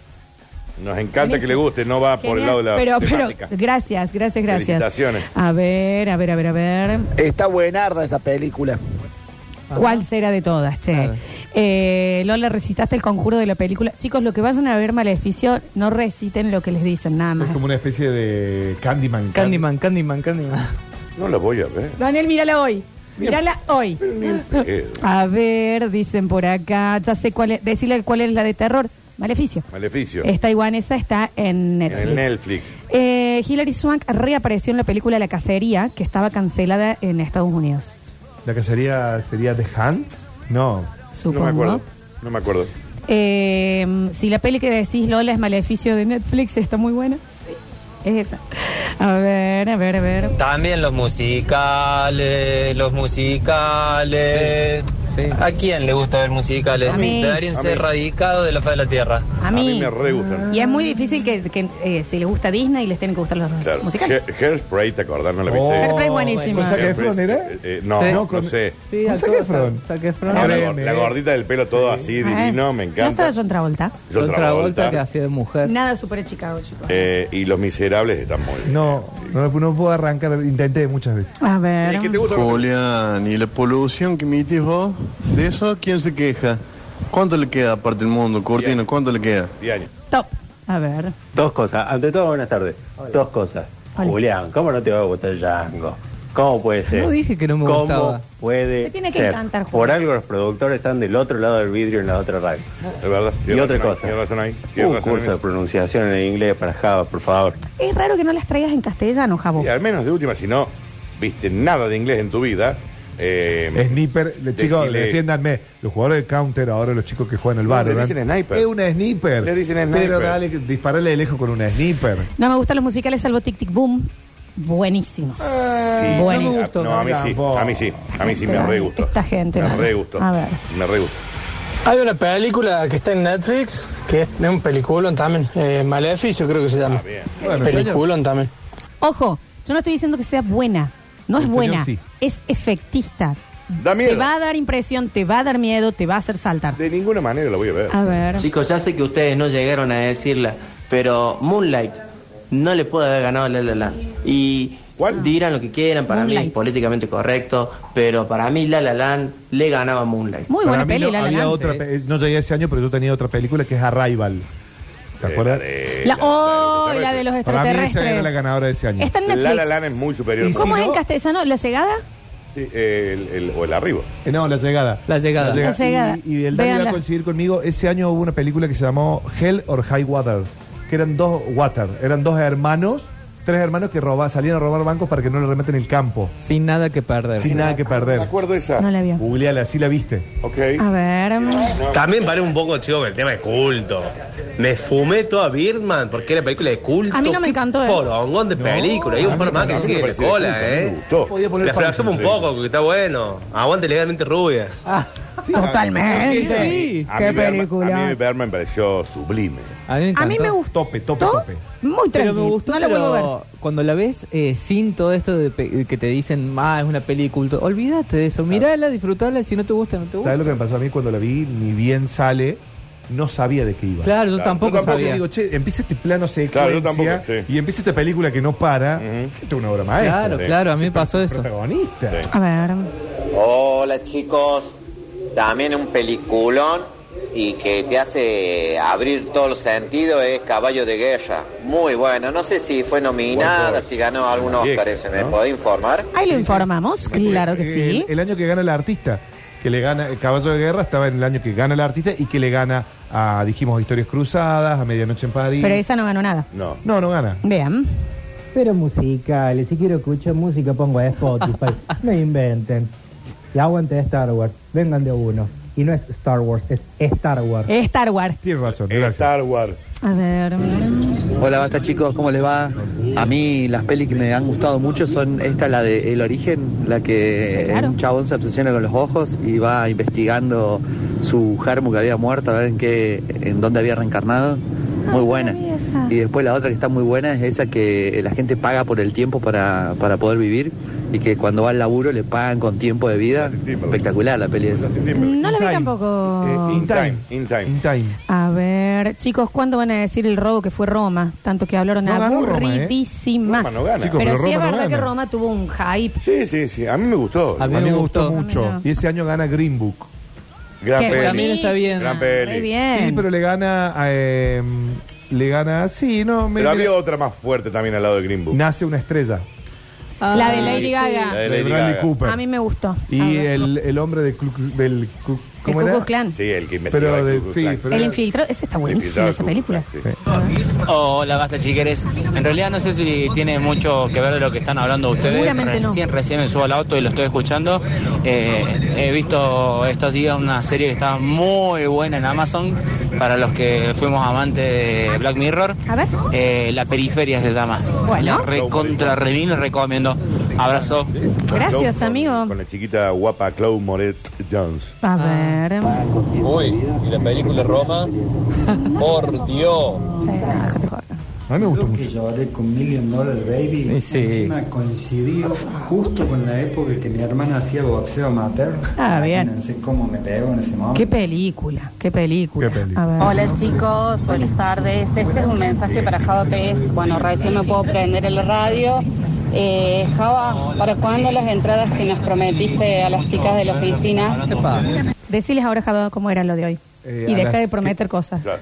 [SPEAKER 2] Nos encanta que le guste, no va Ah, por el lado de la
[SPEAKER 1] pero, pero,
[SPEAKER 2] temática.
[SPEAKER 1] gracias, gracias, gracias.
[SPEAKER 2] Felicitaciones.
[SPEAKER 1] A ver, a ver, a ver, a ver.
[SPEAKER 6] Está buenarda esa película.
[SPEAKER 1] ¿Cuál será de todas, che?
[SPEAKER 3] Claro.
[SPEAKER 1] Eh, Lola, recitaste el conjuro de la película. Chicos, lo que vayan a ver Maleficio, no reciten lo que les dicen, nada
[SPEAKER 5] Es
[SPEAKER 1] más.
[SPEAKER 5] como una especie de Candyman.
[SPEAKER 3] Candyman, Candyman, Candyman.
[SPEAKER 2] No la voy a ver.
[SPEAKER 1] Daniel, mírala hoy. Mírala hoy.
[SPEAKER 2] Pero ni en pedo.
[SPEAKER 1] A ver, dicen por acá. Ya sé cuál es. Decirle cuál es la de terror. Maleficio.
[SPEAKER 2] Maleficio.
[SPEAKER 1] Esta iguanesa está en
[SPEAKER 2] En
[SPEAKER 1] Netflix.
[SPEAKER 2] el Netflix.
[SPEAKER 1] Eh, Hilary Swank reapareció en la película La Cacería, que estaba cancelada en Estados Unidos.
[SPEAKER 5] ¿La que sería, sería The Hunt? No.
[SPEAKER 2] No
[SPEAKER 1] Supongo.
[SPEAKER 2] me acuerdo. No me acuerdo.
[SPEAKER 1] Eh, si la peli que decís Lola es Maleficio de Netflix, está muy buena. Sí, es esa. A ver, a ver, a ver.
[SPEAKER 7] También los musicales, los musicales.
[SPEAKER 3] Sí, sí.
[SPEAKER 7] ¿A quién le gusta ver musicales?
[SPEAKER 1] A mí.
[SPEAKER 7] Deberían
[SPEAKER 2] A
[SPEAKER 7] ser
[SPEAKER 2] mí.
[SPEAKER 7] erradicados de la faz de la tierra.
[SPEAKER 1] A mí.
[SPEAKER 2] me re gustan.
[SPEAKER 1] y es muy difícil que, que, eh, si les gusta Disney, les tienen que gustar los
[SPEAKER 2] Claro.
[SPEAKER 1] musicales.
[SPEAKER 2] He- Hairspray, ¿te acordás? ¿No la viste?
[SPEAKER 1] Hairspray es buenísima.
[SPEAKER 5] Oh, ¿Con Zac
[SPEAKER 2] Hairspray,
[SPEAKER 5] Efron era?
[SPEAKER 2] eh, eh, no,
[SPEAKER 3] Sí.
[SPEAKER 2] no,
[SPEAKER 5] con-
[SPEAKER 2] sé.
[SPEAKER 3] Sí,
[SPEAKER 5] ¿Con Zac
[SPEAKER 3] actúa
[SPEAKER 5] Efron?
[SPEAKER 3] Zac Efron.
[SPEAKER 2] No, la,
[SPEAKER 5] Ahora-
[SPEAKER 2] gor- la gordita del pelo todo así, divino, me
[SPEAKER 1] Ah, eh. No estaba
[SPEAKER 2] encanta.
[SPEAKER 1] John Travolta.
[SPEAKER 2] Yo
[SPEAKER 3] Otra
[SPEAKER 2] Travolta.
[SPEAKER 3] que hacía de mujer.
[SPEAKER 1] Nada super en Chicago, chicos.
[SPEAKER 2] Eh, y Los Miserables están muy bien.
[SPEAKER 5] No, no, no puedo arrancar, intenté muchas veces.
[SPEAKER 1] A ver.
[SPEAKER 2] ¿Y qué te gusta?
[SPEAKER 8] Julián, ¿y la polución que emitís vos? ¿De eso quién se queja? ¿Cuánto le queda aparte del mundo, Cortina? ¿Cuánto le queda?
[SPEAKER 2] 10 años.
[SPEAKER 1] Top. A ver.
[SPEAKER 9] Dos cosas. Ante todo, buenas tardes. Dos cosas.
[SPEAKER 1] Hola.
[SPEAKER 9] Julián, ¿cómo no te va a gustar Django? ¿Cómo puede
[SPEAKER 2] Este,
[SPEAKER 9] ser?
[SPEAKER 3] no dije que no me
[SPEAKER 9] ¿Cómo
[SPEAKER 3] gustaba.
[SPEAKER 9] puede
[SPEAKER 1] Te tiene que
[SPEAKER 9] ser?
[SPEAKER 1] encantar, Julián.
[SPEAKER 9] Por algo los productores están del otro lado del vidrio en la otra radio.
[SPEAKER 2] Es verdad.
[SPEAKER 9] Y
[SPEAKER 2] Tienes
[SPEAKER 9] otra
[SPEAKER 2] razón ahí,
[SPEAKER 9] cosa.
[SPEAKER 2] tienes razón ahí. tienes
[SPEAKER 9] Un
[SPEAKER 2] razón en
[SPEAKER 9] curso de
[SPEAKER 2] eso.
[SPEAKER 9] pronunciación en inglés para Java, por favor.
[SPEAKER 1] Es raro que no las traigas en castellano, Jabo.
[SPEAKER 2] Y al menos de última, si no viste nada de inglés en tu vida. Eh,
[SPEAKER 5] Sniper, le- chicos,
[SPEAKER 2] decile-
[SPEAKER 5] defiéndanme. Los jugadores de counter, ahora los chicos que juegan al bar.
[SPEAKER 2] le
[SPEAKER 5] ¿verdad?
[SPEAKER 2] dicen sniper.
[SPEAKER 5] Es una sniper.
[SPEAKER 2] Le dicen
[SPEAKER 5] Pero
[SPEAKER 2] sniper.
[SPEAKER 5] dale, disparale de lejos con una sniper.
[SPEAKER 1] No me gustan los musicales salvo Tic Tic Boom. Buenísimo.
[SPEAKER 2] sí.
[SPEAKER 1] Eh, no me
[SPEAKER 5] gustó,
[SPEAKER 2] Ah, No, a mí
[SPEAKER 5] no,
[SPEAKER 2] sí.
[SPEAKER 5] tampoco.
[SPEAKER 2] A mí sí. A mí sí me re gustó.
[SPEAKER 1] Esta gente,
[SPEAKER 2] Me
[SPEAKER 1] vale.
[SPEAKER 2] re gustó.
[SPEAKER 1] A ver.
[SPEAKER 2] Me re gustó.
[SPEAKER 10] Hay una película que está en Netflix, que es de un peliculón también, eh, Maleficio creo que se llama.
[SPEAKER 2] bien.
[SPEAKER 5] Bueno,
[SPEAKER 10] peliculón también.
[SPEAKER 1] Ojo, yo no estoy diciendo que sea buena. No es
[SPEAKER 5] El señor
[SPEAKER 1] buena.
[SPEAKER 5] sí.
[SPEAKER 1] Es efectista.
[SPEAKER 2] Da
[SPEAKER 1] Te
[SPEAKER 2] miedo.
[SPEAKER 1] va a dar impresión, te va a dar miedo, te va a hacer saltar.
[SPEAKER 2] De ninguna manera la voy a ver.
[SPEAKER 1] A ver.
[SPEAKER 11] Chicos, ya sé que ustedes no llegaron a decirla, pero Moonlight no le puede haber ganado a La La Land. Y
[SPEAKER 2] ¿Cuál?
[SPEAKER 11] dirán lo que quieran, para mí
[SPEAKER 1] Moonlight.
[SPEAKER 11] es políticamente correcto, pero para mí La La Land le ganaba a Moonlight.
[SPEAKER 1] Muy buena
[SPEAKER 5] Para mí
[SPEAKER 1] peli,
[SPEAKER 5] no,
[SPEAKER 1] la, la,
[SPEAKER 5] había
[SPEAKER 1] la.
[SPEAKER 5] otra, pe- no llegué ese año, pero yo tenía otra película que es Arrival. ¿Se acuerdan?
[SPEAKER 2] Eh,
[SPEAKER 1] La- oh, la, de los
[SPEAKER 5] Para mí esa
[SPEAKER 1] extraterrestres.
[SPEAKER 5] era la ganadora de ese año.
[SPEAKER 1] Está en Netflix.
[SPEAKER 2] La La Land es muy superior.
[SPEAKER 5] Y
[SPEAKER 1] ¿Cómo
[SPEAKER 5] si
[SPEAKER 1] es
[SPEAKER 5] no-
[SPEAKER 1] en castellano? ¿La llegada?
[SPEAKER 2] Sí, eh, el, el- o el arribo.
[SPEAKER 5] Eh, no, La Llegada.
[SPEAKER 3] La llegada.
[SPEAKER 1] La Llegada.
[SPEAKER 5] Y, y el Dani va
[SPEAKER 1] Véanla.
[SPEAKER 5] a coincidir conmigo. Ese año hubo una película que se llamó Hell or High Water, que eran dos water, eran dos hermanos, tres hermanos que roba- salían a robar bancos para que no le remeten el campo.
[SPEAKER 3] Sin nada que perder.
[SPEAKER 5] Sin nada que
[SPEAKER 2] ¿De
[SPEAKER 5] perder.
[SPEAKER 2] acuerdo esa?
[SPEAKER 1] No la Ah, vio.
[SPEAKER 5] Googleala, sí la viste.
[SPEAKER 2] Ok.
[SPEAKER 1] A ver.
[SPEAKER 9] También paré un poco chido con el tema de culto. Me fumé toda Birdman porque era película de culto.
[SPEAKER 1] A mí no me
[SPEAKER 9] Qué
[SPEAKER 1] encantó, eh.
[SPEAKER 9] Porongón de película. Hay un par más que
[SPEAKER 2] no me
[SPEAKER 9] sigue la
[SPEAKER 2] pareció de
[SPEAKER 9] cola,
[SPEAKER 2] culto, no me
[SPEAKER 9] ¿eh?
[SPEAKER 2] gustó. Podía
[SPEAKER 5] poner
[SPEAKER 9] La
[SPEAKER 5] pausa,
[SPEAKER 9] flashamos un
[SPEAKER 2] sí.
[SPEAKER 9] poco, que está bueno. Aguante legalmente rubia.
[SPEAKER 3] Ah.
[SPEAKER 1] Totalmente.
[SPEAKER 3] Sí.
[SPEAKER 2] A
[SPEAKER 1] Qué
[SPEAKER 2] mí Berman-
[SPEAKER 1] película.
[SPEAKER 2] A mí Berman me pareció sublime.
[SPEAKER 3] A mí me
[SPEAKER 1] A
[SPEAKER 3] encantó.
[SPEAKER 1] mí me gustó.
[SPEAKER 5] Tope, tope, tope.
[SPEAKER 1] Muy
[SPEAKER 3] Pero me
[SPEAKER 1] tranquilo.
[SPEAKER 3] gustó,
[SPEAKER 1] No la vuelvo a ver.
[SPEAKER 3] pero cuando la ves eh, sin todo esto de pe- que te dicen, ah, es una peli de culto, olvídate de eso, mirala, disfrutala, si no te gusta, no te gusta.
[SPEAKER 5] ¿Sabes lo que me pasó a mí cuando la vi? Ni bien sale, no sabía de qué iba.
[SPEAKER 3] Claro, yo
[SPEAKER 2] Claro,
[SPEAKER 3] tampoco
[SPEAKER 2] yo tampoco
[SPEAKER 5] Yo
[SPEAKER 3] sabía.
[SPEAKER 5] digo, che, empieza este plano
[SPEAKER 2] Claro,
[SPEAKER 5] secuencia
[SPEAKER 2] yo tampoco, sí.
[SPEAKER 5] y empieza esta película que no para.
[SPEAKER 2] Ujú.
[SPEAKER 5] Esto es una obra maestra.
[SPEAKER 3] claro,
[SPEAKER 2] sí.
[SPEAKER 3] claro, a mí me pasó eso.
[SPEAKER 5] Protagonista.
[SPEAKER 1] A ver.
[SPEAKER 11] Hola chicos, también un peliculón y que te hace abrir todos los sentidos es Caballo de Guerra. Muy bueno, no sé si fue
[SPEAKER 2] Buen
[SPEAKER 11] nominada,
[SPEAKER 2] pobre.
[SPEAKER 11] si ganó algún
[SPEAKER 2] Vieja,
[SPEAKER 11] Oscar, ¿se me
[SPEAKER 2] ¿no?
[SPEAKER 11] puede informar?
[SPEAKER 1] Ahí lo informamos. Claro que sí.
[SPEAKER 5] Pues, eh, El, el año que gana el artista, que le gana el Caballo de Guerra, estaba en el año que gana el artista y que le gana a, dijimos, Historias Cruzadas, a Medianoche en París.
[SPEAKER 1] Pero esa no ganó nada.
[SPEAKER 2] No.
[SPEAKER 5] No, no gana.
[SPEAKER 1] Vean.
[SPEAKER 10] Pero musicales, si quiero escuchar música pongo a Spotify, no inventen. Y aguante Star Wars, vengan de uno. Y no es Star Wars, es Star Wars.
[SPEAKER 1] Star Wars.
[SPEAKER 5] Tienes razón, gracias.
[SPEAKER 2] Star Wars.
[SPEAKER 1] A
[SPEAKER 2] Eh,
[SPEAKER 1] ver.
[SPEAKER 6] Hola, basta chicos, ¿cómo les va? A mí las pelis que me han gustado mucho son esta, la de El Origen, la que
[SPEAKER 1] Sí, claro.
[SPEAKER 6] un chabón se obsesiona con los ojos y va investigando su germo que había muerto, a ver en qué, en dónde había reencarnado. Muy buena.
[SPEAKER 1] vi Ah, esa.
[SPEAKER 6] Y después la otra que está muy buena es esa que la gente paga por el tiempo para, para poder vivir y que cuando va al laburo le pagan con tiempo de vida. Espectacular la peli esa.
[SPEAKER 2] eh,
[SPEAKER 1] No la vi tampoco.
[SPEAKER 2] In time. Oh. In time.
[SPEAKER 1] A ver, chicos, ¿cuándo van a decir el robo que fue Roma? Tanto que hablaron
[SPEAKER 2] No ganó Roma, ¿eh?
[SPEAKER 1] aburridísima.
[SPEAKER 2] Roma no gana. Chicos,
[SPEAKER 1] pero,
[SPEAKER 2] pero
[SPEAKER 1] sí es
[SPEAKER 2] Roma no
[SPEAKER 1] verdad que
[SPEAKER 2] gana.
[SPEAKER 1] Roma tuvo un hype.
[SPEAKER 2] Sí, sí, sí. A mí me gustó.
[SPEAKER 5] A mí, me gustó, mucho.
[SPEAKER 1] Ah, mira.
[SPEAKER 5] Y ese año gana Green Book.
[SPEAKER 2] Gran
[SPEAKER 1] Qué
[SPEAKER 2] peli.
[SPEAKER 1] también está bien.
[SPEAKER 2] Gran
[SPEAKER 1] Muy
[SPEAKER 2] peli.
[SPEAKER 1] bien.
[SPEAKER 5] Sí, pero le gana. eh, le gana. Sí, no. me-
[SPEAKER 2] Pero había otra más fuerte también al lado de Green Book.
[SPEAKER 5] Nace una estrella.
[SPEAKER 1] La de Lady Gaga.
[SPEAKER 2] La de Lady
[SPEAKER 5] Bradley
[SPEAKER 2] Gaga.
[SPEAKER 5] Cooper.
[SPEAKER 1] A mí me gustó. A
[SPEAKER 5] Y
[SPEAKER 1] ver.
[SPEAKER 5] el, el hombre de Ku- del. Ku-
[SPEAKER 1] El
[SPEAKER 5] ¿Cómo
[SPEAKER 1] Ku Klux
[SPEAKER 5] era?
[SPEAKER 1] Klan.
[SPEAKER 2] eh, Sí, el que investigaba
[SPEAKER 5] Pero
[SPEAKER 2] el
[SPEAKER 5] de.
[SPEAKER 2] Ku Klux
[SPEAKER 5] Sí,
[SPEAKER 2] Klan.
[SPEAKER 5] pero
[SPEAKER 1] El
[SPEAKER 5] era-
[SPEAKER 1] infiltrado. Esa está buenísima,
[SPEAKER 2] Investigaba el
[SPEAKER 1] esa
[SPEAKER 2] Ku Klux
[SPEAKER 1] película.
[SPEAKER 2] Klan, sí.
[SPEAKER 12] Hola, basta chiqueres. En realidad no sé si tiene mucho que ver de lo que están hablando ustedes.
[SPEAKER 1] Seguramente no.
[SPEAKER 12] Recién, recién me subo al auto y lo estoy escuchando. Eh, he visto estos días una serie que está muy buena en Amazon para los que fuimos amantes de Black Mirror.
[SPEAKER 1] A ver.
[SPEAKER 12] Eh, la periferia se llama.
[SPEAKER 1] Bueno.
[SPEAKER 12] La recontra remil recomiendo. Abrazo.
[SPEAKER 1] Gracias,
[SPEAKER 2] Con-
[SPEAKER 1] amigo.
[SPEAKER 2] Con la chiquita guapa Chloe Moret Jones.
[SPEAKER 1] A ver.
[SPEAKER 7] Uy, y la película Roma. Por Dios.
[SPEAKER 1] Relájate, Jorge.
[SPEAKER 5] A mí me gustó mucho.
[SPEAKER 13] que lloré con Million Dollar Baby.
[SPEAKER 3] Sí, sí.
[SPEAKER 13] Encima coincidió justo con la época que mi hermana hacía boxeo amateur.
[SPEAKER 1] Ah, bien.
[SPEAKER 13] Imagínense cómo me pegó en ese momento.
[SPEAKER 1] Qué película, qué película.
[SPEAKER 5] Qué película.
[SPEAKER 1] A ver.
[SPEAKER 14] Hola chicos, buenas tardes. Este es un mensaje para Java Pérez. Bueno, recién me puedo prender el radio. Eh, Java, ¿para cuándo las entradas que nos prometiste a las chicas de la oficina?
[SPEAKER 1] Deciles ahora, Jabado, cómo era lo de hoy.
[SPEAKER 5] Eh,
[SPEAKER 1] y
[SPEAKER 5] a
[SPEAKER 1] deja
[SPEAKER 5] las-
[SPEAKER 1] de prometer cosas.
[SPEAKER 2] Claro.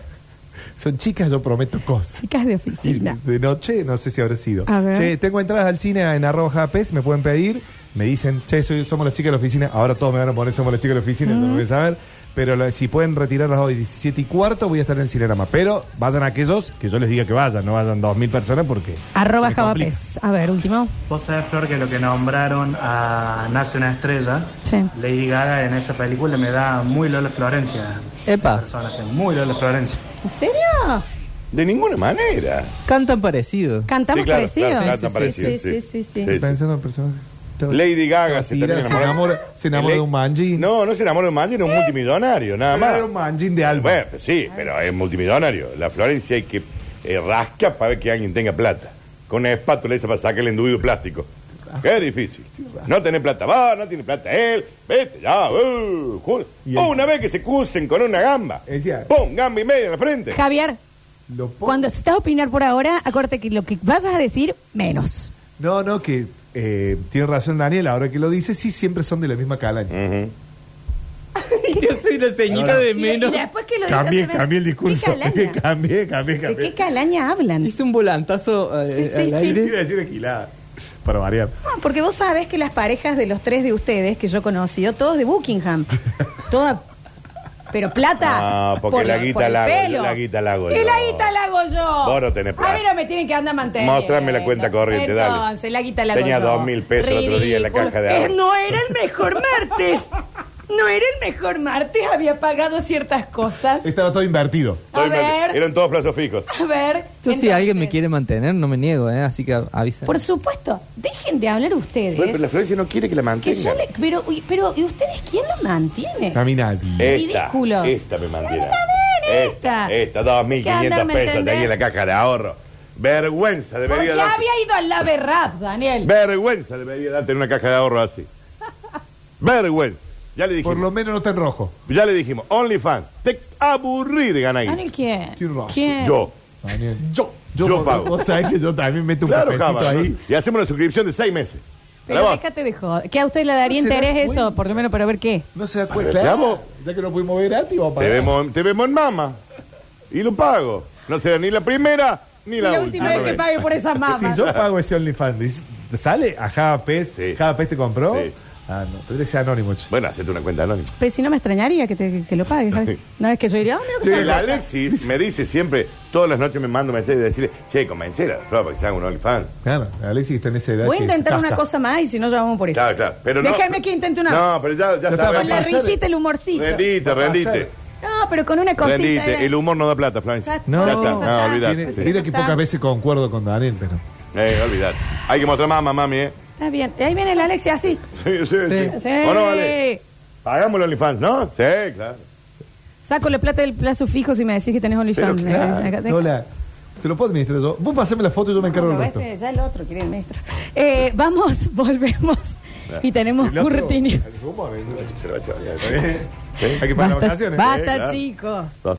[SPEAKER 5] Son chicas, yo prometo cosas.
[SPEAKER 1] Chicas de
[SPEAKER 5] Y
[SPEAKER 1] oficina.
[SPEAKER 5] de noche, no sé si habrá sido.
[SPEAKER 1] A ver.
[SPEAKER 5] Che, tengo entradas al cine en arroba japes, me pueden pedir. Me dicen, che, soy- somos las chicas de la oficina. Ahora todos me van a poner somos las chicas de la oficina, no lo voy a saber. Pero la- si pueden retirarlas hoy 17 y cuarto, voy a estar en el cinerama. Pero vayan aquellos que yo les diga que vayan, no vayan 2.000 personas porque...
[SPEAKER 1] Arroba
[SPEAKER 5] se me complica.
[SPEAKER 1] Javapes. A ver, último.
[SPEAKER 15] Vos sabés, Flor, que lo que nombraron a Nace una estrella,
[SPEAKER 1] Sí.
[SPEAKER 15] Lady Gaga en esa película me da muy Lola Florencia.
[SPEAKER 3] Epa.
[SPEAKER 15] El personaje, muy Lola Florencia.
[SPEAKER 1] ¿En serio?
[SPEAKER 2] De ninguna manera.
[SPEAKER 3] Cantan parecido.
[SPEAKER 1] Cantamos
[SPEAKER 2] Sí, claro,
[SPEAKER 1] parecido.
[SPEAKER 2] claro,
[SPEAKER 1] Sí,
[SPEAKER 2] cantan
[SPEAKER 1] sí,
[SPEAKER 2] parecido,
[SPEAKER 1] sí, sí, sí, sí.
[SPEAKER 2] Sí, sí.
[SPEAKER 5] Pensando en el personaje.
[SPEAKER 2] Lady Gaga se
[SPEAKER 5] Tira,
[SPEAKER 2] termina
[SPEAKER 5] se
[SPEAKER 2] enamorando.
[SPEAKER 5] enamora, se enamora de un manji.
[SPEAKER 2] No, no se enamora de un manji, era
[SPEAKER 1] ¿Eh?
[SPEAKER 2] un multimillonario, nada más.
[SPEAKER 5] Era un manjín de alba.
[SPEAKER 2] Bueno, sí, pero es multimillonario. La Florencia hay que eh, rasca para ver que alguien tenga plata. Con una espátula esa para sacar el enduido plástico. Qué difícil. No tenés plata va, no tiene plata él. Vete, ya. uh, ju-
[SPEAKER 5] ahí-
[SPEAKER 2] una vez que se cusen con una gamba.
[SPEAKER 5] Decía-
[SPEAKER 2] Pum, gamba y media en la frente.
[SPEAKER 1] Javier,
[SPEAKER 5] Lo pongo-
[SPEAKER 1] cuando estás a opinar por ahora, acuérdate que lo que vayas a decir, menos.
[SPEAKER 5] No, no, que eh, tiene razón Daniel, ahora que lo dice, sí, siempre son de la misma calaña.
[SPEAKER 2] Ujú.
[SPEAKER 3] Yo soy la ceñita de
[SPEAKER 1] Y,
[SPEAKER 3] menos.
[SPEAKER 1] y después que lo dices,
[SPEAKER 5] Cambié,
[SPEAKER 1] se ve-
[SPEAKER 5] cambié el discurso.
[SPEAKER 1] ¿Qué calaña?
[SPEAKER 5] Cambié, cambié,
[SPEAKER 1] ¿De qué
[SPEAKER 5] cambié.
[SPEAKER 1] calaña hablan?
[SPEAKER 3] Hice un volantazo
[SPEAKER 1] Sí,
[SPEAKER 3] eh,
[SPEAKER 1] sí,
[SPEAKER 3] al
[SPEAKER 1] sí.
[SPEAKER 3] aire.
[SPEAKER 5] Iba a decir esquilada, para variar.
[SPEAKER 1] Ah, porque vos sabés que las parejas de los tres de ustedes que yo he conocido, todos de Buckingham. Toda. Pero plata.
[SPEAKER 2] Ah, porque la
[SPEAKER 1] lo-
[SPEAKER 2] guita
[SPEAKER 1] el
[SPEAKER 2] la hago yo,
[SPEAKER 1] pelo.
[SPEAKER 2] la guita la hago
[SPEAKER 1] Y
[SPEAKER 2] yo.
[SPEAKER 1] la guita la hago yo.
[SPEAKER 2] Vos no tenés plata.
[SPEAKER 1] A mí no me tienen que andar manteniendo.
[SPEAKER 2] Mostrame la cuenta corriente, dale.
[SPEAKER 1] Entonces, la guita la hago
[SPEAKER 2] Tenía
[SPEAKER 1] yo.
[SPEAKER 2] dos mil pesos el otro día en la
[SPEAKER 1] Ridículo.
[SPEAKER 2] caja de ahorro.
[SPEAKER 1] Eh, No era el mejor martes. No era el mejor martes. Había pagado ciertas cosas.
[SPEAKER 5] Estaba todo invertido.
[SPEAKER 1] A
[SPEAKER 2] Estoy mal-
[SPEAKER 1] ver.
[SPEAKER 2] Eran todos plazos fijos.
[SPEAKER 1] A ver.
[SPEAKER 3] Yo si alguien me
[SPEAKER 1] entonces,
[SPEAKER 3] quiere mantener, no me niego, ¿eh? Así que avisa.
[SPEAKER 1] Por supuesto, dejen de hablar ustedes.
[SPEAKER 2] Bueno, pero la Florencia no quiere que la
[SPEAKER 1] Que
[SPEAKER 2] mantenga.
[SPEAKER 1] yo le, pero, uy, pero, ¿y ustedes quién lo mantiene?
[SPEAKER 5] A mí nadie.
[SPEAKER 2] Esta,
[SPEAKER 1] Ridículos.
[SPEAKER 2] esta me mantiene.
[SPEAKER 1] ver, esta.
[SPEAKER 2] Esta,
[SPEAKER 1] Que
[SPEAKER 2] 2.500
[SPEAKER 1] andan, ¿me
[SPEAKER 2] pesos
[SPEAKER 1] entendés?
[SPEAKER 2] tenía en la caja de ahorro. Vergüenza
[SPEAKER 1] Porque
[SPEAKER 2] debería darte.
[SPEAKER 1] había ido al Lave Rap, Daniel.
[SPEAKER 2] Vergüenza debería darte en una caja de ahorro así. Vergüenza. Ya le dijimos.
[SPEAKER 5] Por lo menos no está en rojo.
[SPEAKER 2] Ya le dijimos. OnlyFans. Te aburrí de ganar
[SPEAKER 1] ¿Daniel quién?
[SPEAKER 5] Tiene razón.
[SPEAKER 1] ¿Quién?
[SPEAKER 2] Yo.
[SPEAKER 5] Daniel.
[SPEAKER 2] Yo. Yo, pago.
[SPEAKER 5] Vos sabés que yo también meto un
[SPEAKER 2] claro,
[SPEAKER 5] cafecito
[SPEAKER 2] Java.
[SPEAKER 5] ahí.
[SPEAKER 2] Y hacemos una suscripción de seis meses. Para
[SPEAKER 1] Pero
[SPEAKER 2] vos.
[SPEAKER 1] déjate de joder. ¿Qué a usted le daría
[SPEAKER 5] No se da
[SPEAKER 1] interés
[SPEAKER 5] cuenta.
[SPEAKER 1] eso? Por lo menos para ver qué.
[SPEAKER 5] No se da
[SPEAKER 2] Para
[SPEAKER 5] cuenta.
[SPEAKER 2] el
[SPEAKER 5] Claro,
[SPEAKER 2] clavo.
[SPEAKER 5] ya que no pudimos ver a ti, vamos a
[SPEAKER 2] Te
[SPEAKER 5] pagar.
[SPEAKER 2] vemos, te vemos en mama. Y lo pago. No será ni la primera ni
[SPEAKER 1] Y
[SPEAKER 2] la,
[SPEAKER 1] la última vez que pague por esas mamas.
[SPEAKER 5] Si yo pago ese OnlyFans, dice, ¿te ¿sale a Javapes?
[SPEAKER 2] Sí.
[SPEAKER 5] ¿Javapes te compró?
[SPEAKER 2] Sí.
[SPEAKER 5] Ah, no, tendría que ser anónimo. che.
[SPEAKER 2] Bueno, hacete una cuenta anónima.
[SPEAKER 1] Pero si no me extrañaría que, te- que lo pague, ¿sabes? Una vez que yo diría, ah, mira que
[SPEAKER 2] Sí,
[SPEAKER 1] son
[SPEAKER 2] el
[SPEAKER 1] cosas.
[SPEAKER 2] Alexis me dice siempre, todas las noches me manda un mensaje y decirle, che, convencela, Flor, para que se haga un OnlyFans.
[SPEAKER 5] Claro, Alexis está en esa edad.
[SPEAKER 1] Voy a
[SPEAKER 5] que
[SPEAKER 1] intentar
[SPEAKER 5] se
[SPEAKER 1] una
[SPEAKER 5] casca.
[SPEAKER 1] cosa más y si no, ya vamos por eso.
[SPEAKER 2] Claro, claro. Pero no,
[SPEAKER 1] Déjame que intente una.
[SPEAKER 2] No, pero ya, ya, está.
[SPEAKER 5] Ya está,
[SPEAKER 1] con la
[SPEAKER 5] va a pasar.
[SPEAKER 1] risita, el humorcito.
[SPEAKER 2] Rendite,
[SPEAKER 5] Va a
[SPEAKER 2] rendite.
[SPEAKER 5] pasar.
[SPEAKER 1] No, pero con una cosita.
[SPEAKER 2] Rendite.
[SPEAKER 1] eh.
[SPEAKER 2] El humor no da plata, Florencia.
[SPEAKER 1] No.
[SPEAKER 2] ya está. No, olvidate.
[SPEAKER 5] Tiene-
[SPEAKER 2] Sí.
[SPEAKER 5] Mira que
[SPEAKER 1] Está.
[SPEAKER 5] pocas veces concuerdo con Daniel, pero.
[SPEAKER 2] Eh, olvidate. Hay que mostrar mamá, mami, ¿eh?
[SPEAKER 1] Está bien. Y ahí viene el Alexis así.
[SPEAKER 2] Sí, sí, sí.
[SPEAKER 1] Sí.
[SPEAKER 2] ¿O no, vale? Pagamos el OnlyFans, ¿no? Sí, claro.
[SPEAKER 1] Saco la plata del plazo fijo si me decís que tenés
[SPEAKER 2] Pero
[SPEAKER 1] OnlyFans.
[SPEAKER 2] claro,
[SPEAKER 1] Acá-
[SPEAKER 5] Lola, Te lo puedo administrar yo. Vos pasame la foto y yo me encargo
[SPEAKER 1] No,
[SPEAKER 5] del resto.
[SPEAKER 1] este, ya el otro, querido maestro. Eh, vamos, volvemos. Y tenemos
[SPEAKER 5] El otro,
[SPEAKER 1] Curtini.
[SPEAKER 5] al rumor,
[SPEAKER 2] Se lo va a echar, ya, está bien.
[SPEAKER 5] Hay que pagar las
[SPEAKER 1] Basta,
[SPEAKER 5] vacaciones.
[SPEAKER 1] basta,
[SPEAKER 2] Eh, claro.
[SPEAKER 1] chicos.